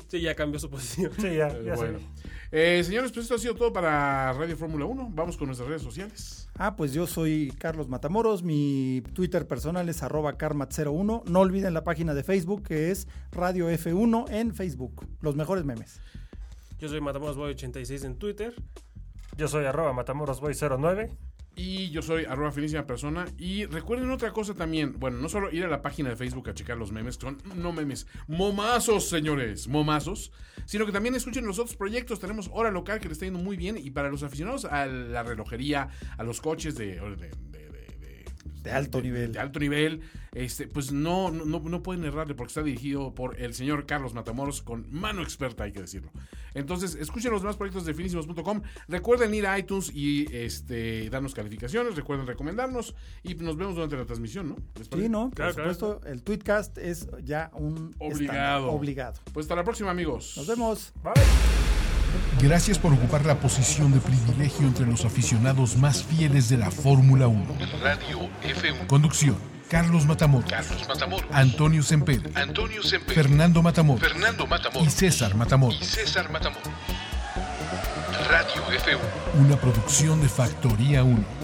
Sí, ya cambió su posición.
Sí, ya, ya
bueno.
sé.
Eh, señores, pues esto ha sido todo para Radio Fórmula 1. Vamos con nuestras redes sociales.
Ah, pues yo soy Carlos Matamoros, mi Twitter personal es arroba carmat01. No olviden la página de Facebook que es Radio F1 en Facebook. Los mejores memes.
Yo soy Matamoros Boy 86 en Twitter.
Yo soy arroba matamorosboy09.
Y yo soy arroba finísima persona. Y recuerden otra cosa también. Bueno, no solo ir a la página de Facebook a checar los memes, que son no memes, momazos, señores, momazos. Sino que también escuchen los otros proyectos. Tenemos Hora Local que le está yendo muy bien. Y para los aficionados a la relojería, a los coches de- de- de- de
De alto nivel.
de alto nivel, este, pues no, no, no pueden errarle porque está dirigido por el señor Carlos Matamoros con mano experta, hay que decirlo. Entonces, escuchen los demás proyectos de finísimos.com. Recuerden ir a iTunes y este, darnos calificaciones, recuerden recomendarnos y nos vemos durante la transmisión, ¿no? ¿Les parece?
Sí, ¿no?
Claro,
Por supuesto, el tweetcast es ya un
Obligado.
estándar, obligado.
Pues hasta la próxima, amigos.
Nos vemos.
Bye.
Gracias por ocupar la posición de privilegio entre los aficionados más fieles de la Fórmula 1.
Radio F1.
Conducción: Carlos Matamoros,
Carlos Matamoros.
Antonio Semper,
Antonio Semper.
Fernando Matamoros
Fernando
y
Matamoros.
César
Y
Matamoros.
César Matamoros. Radio F1.
Una producción de Factoría 1.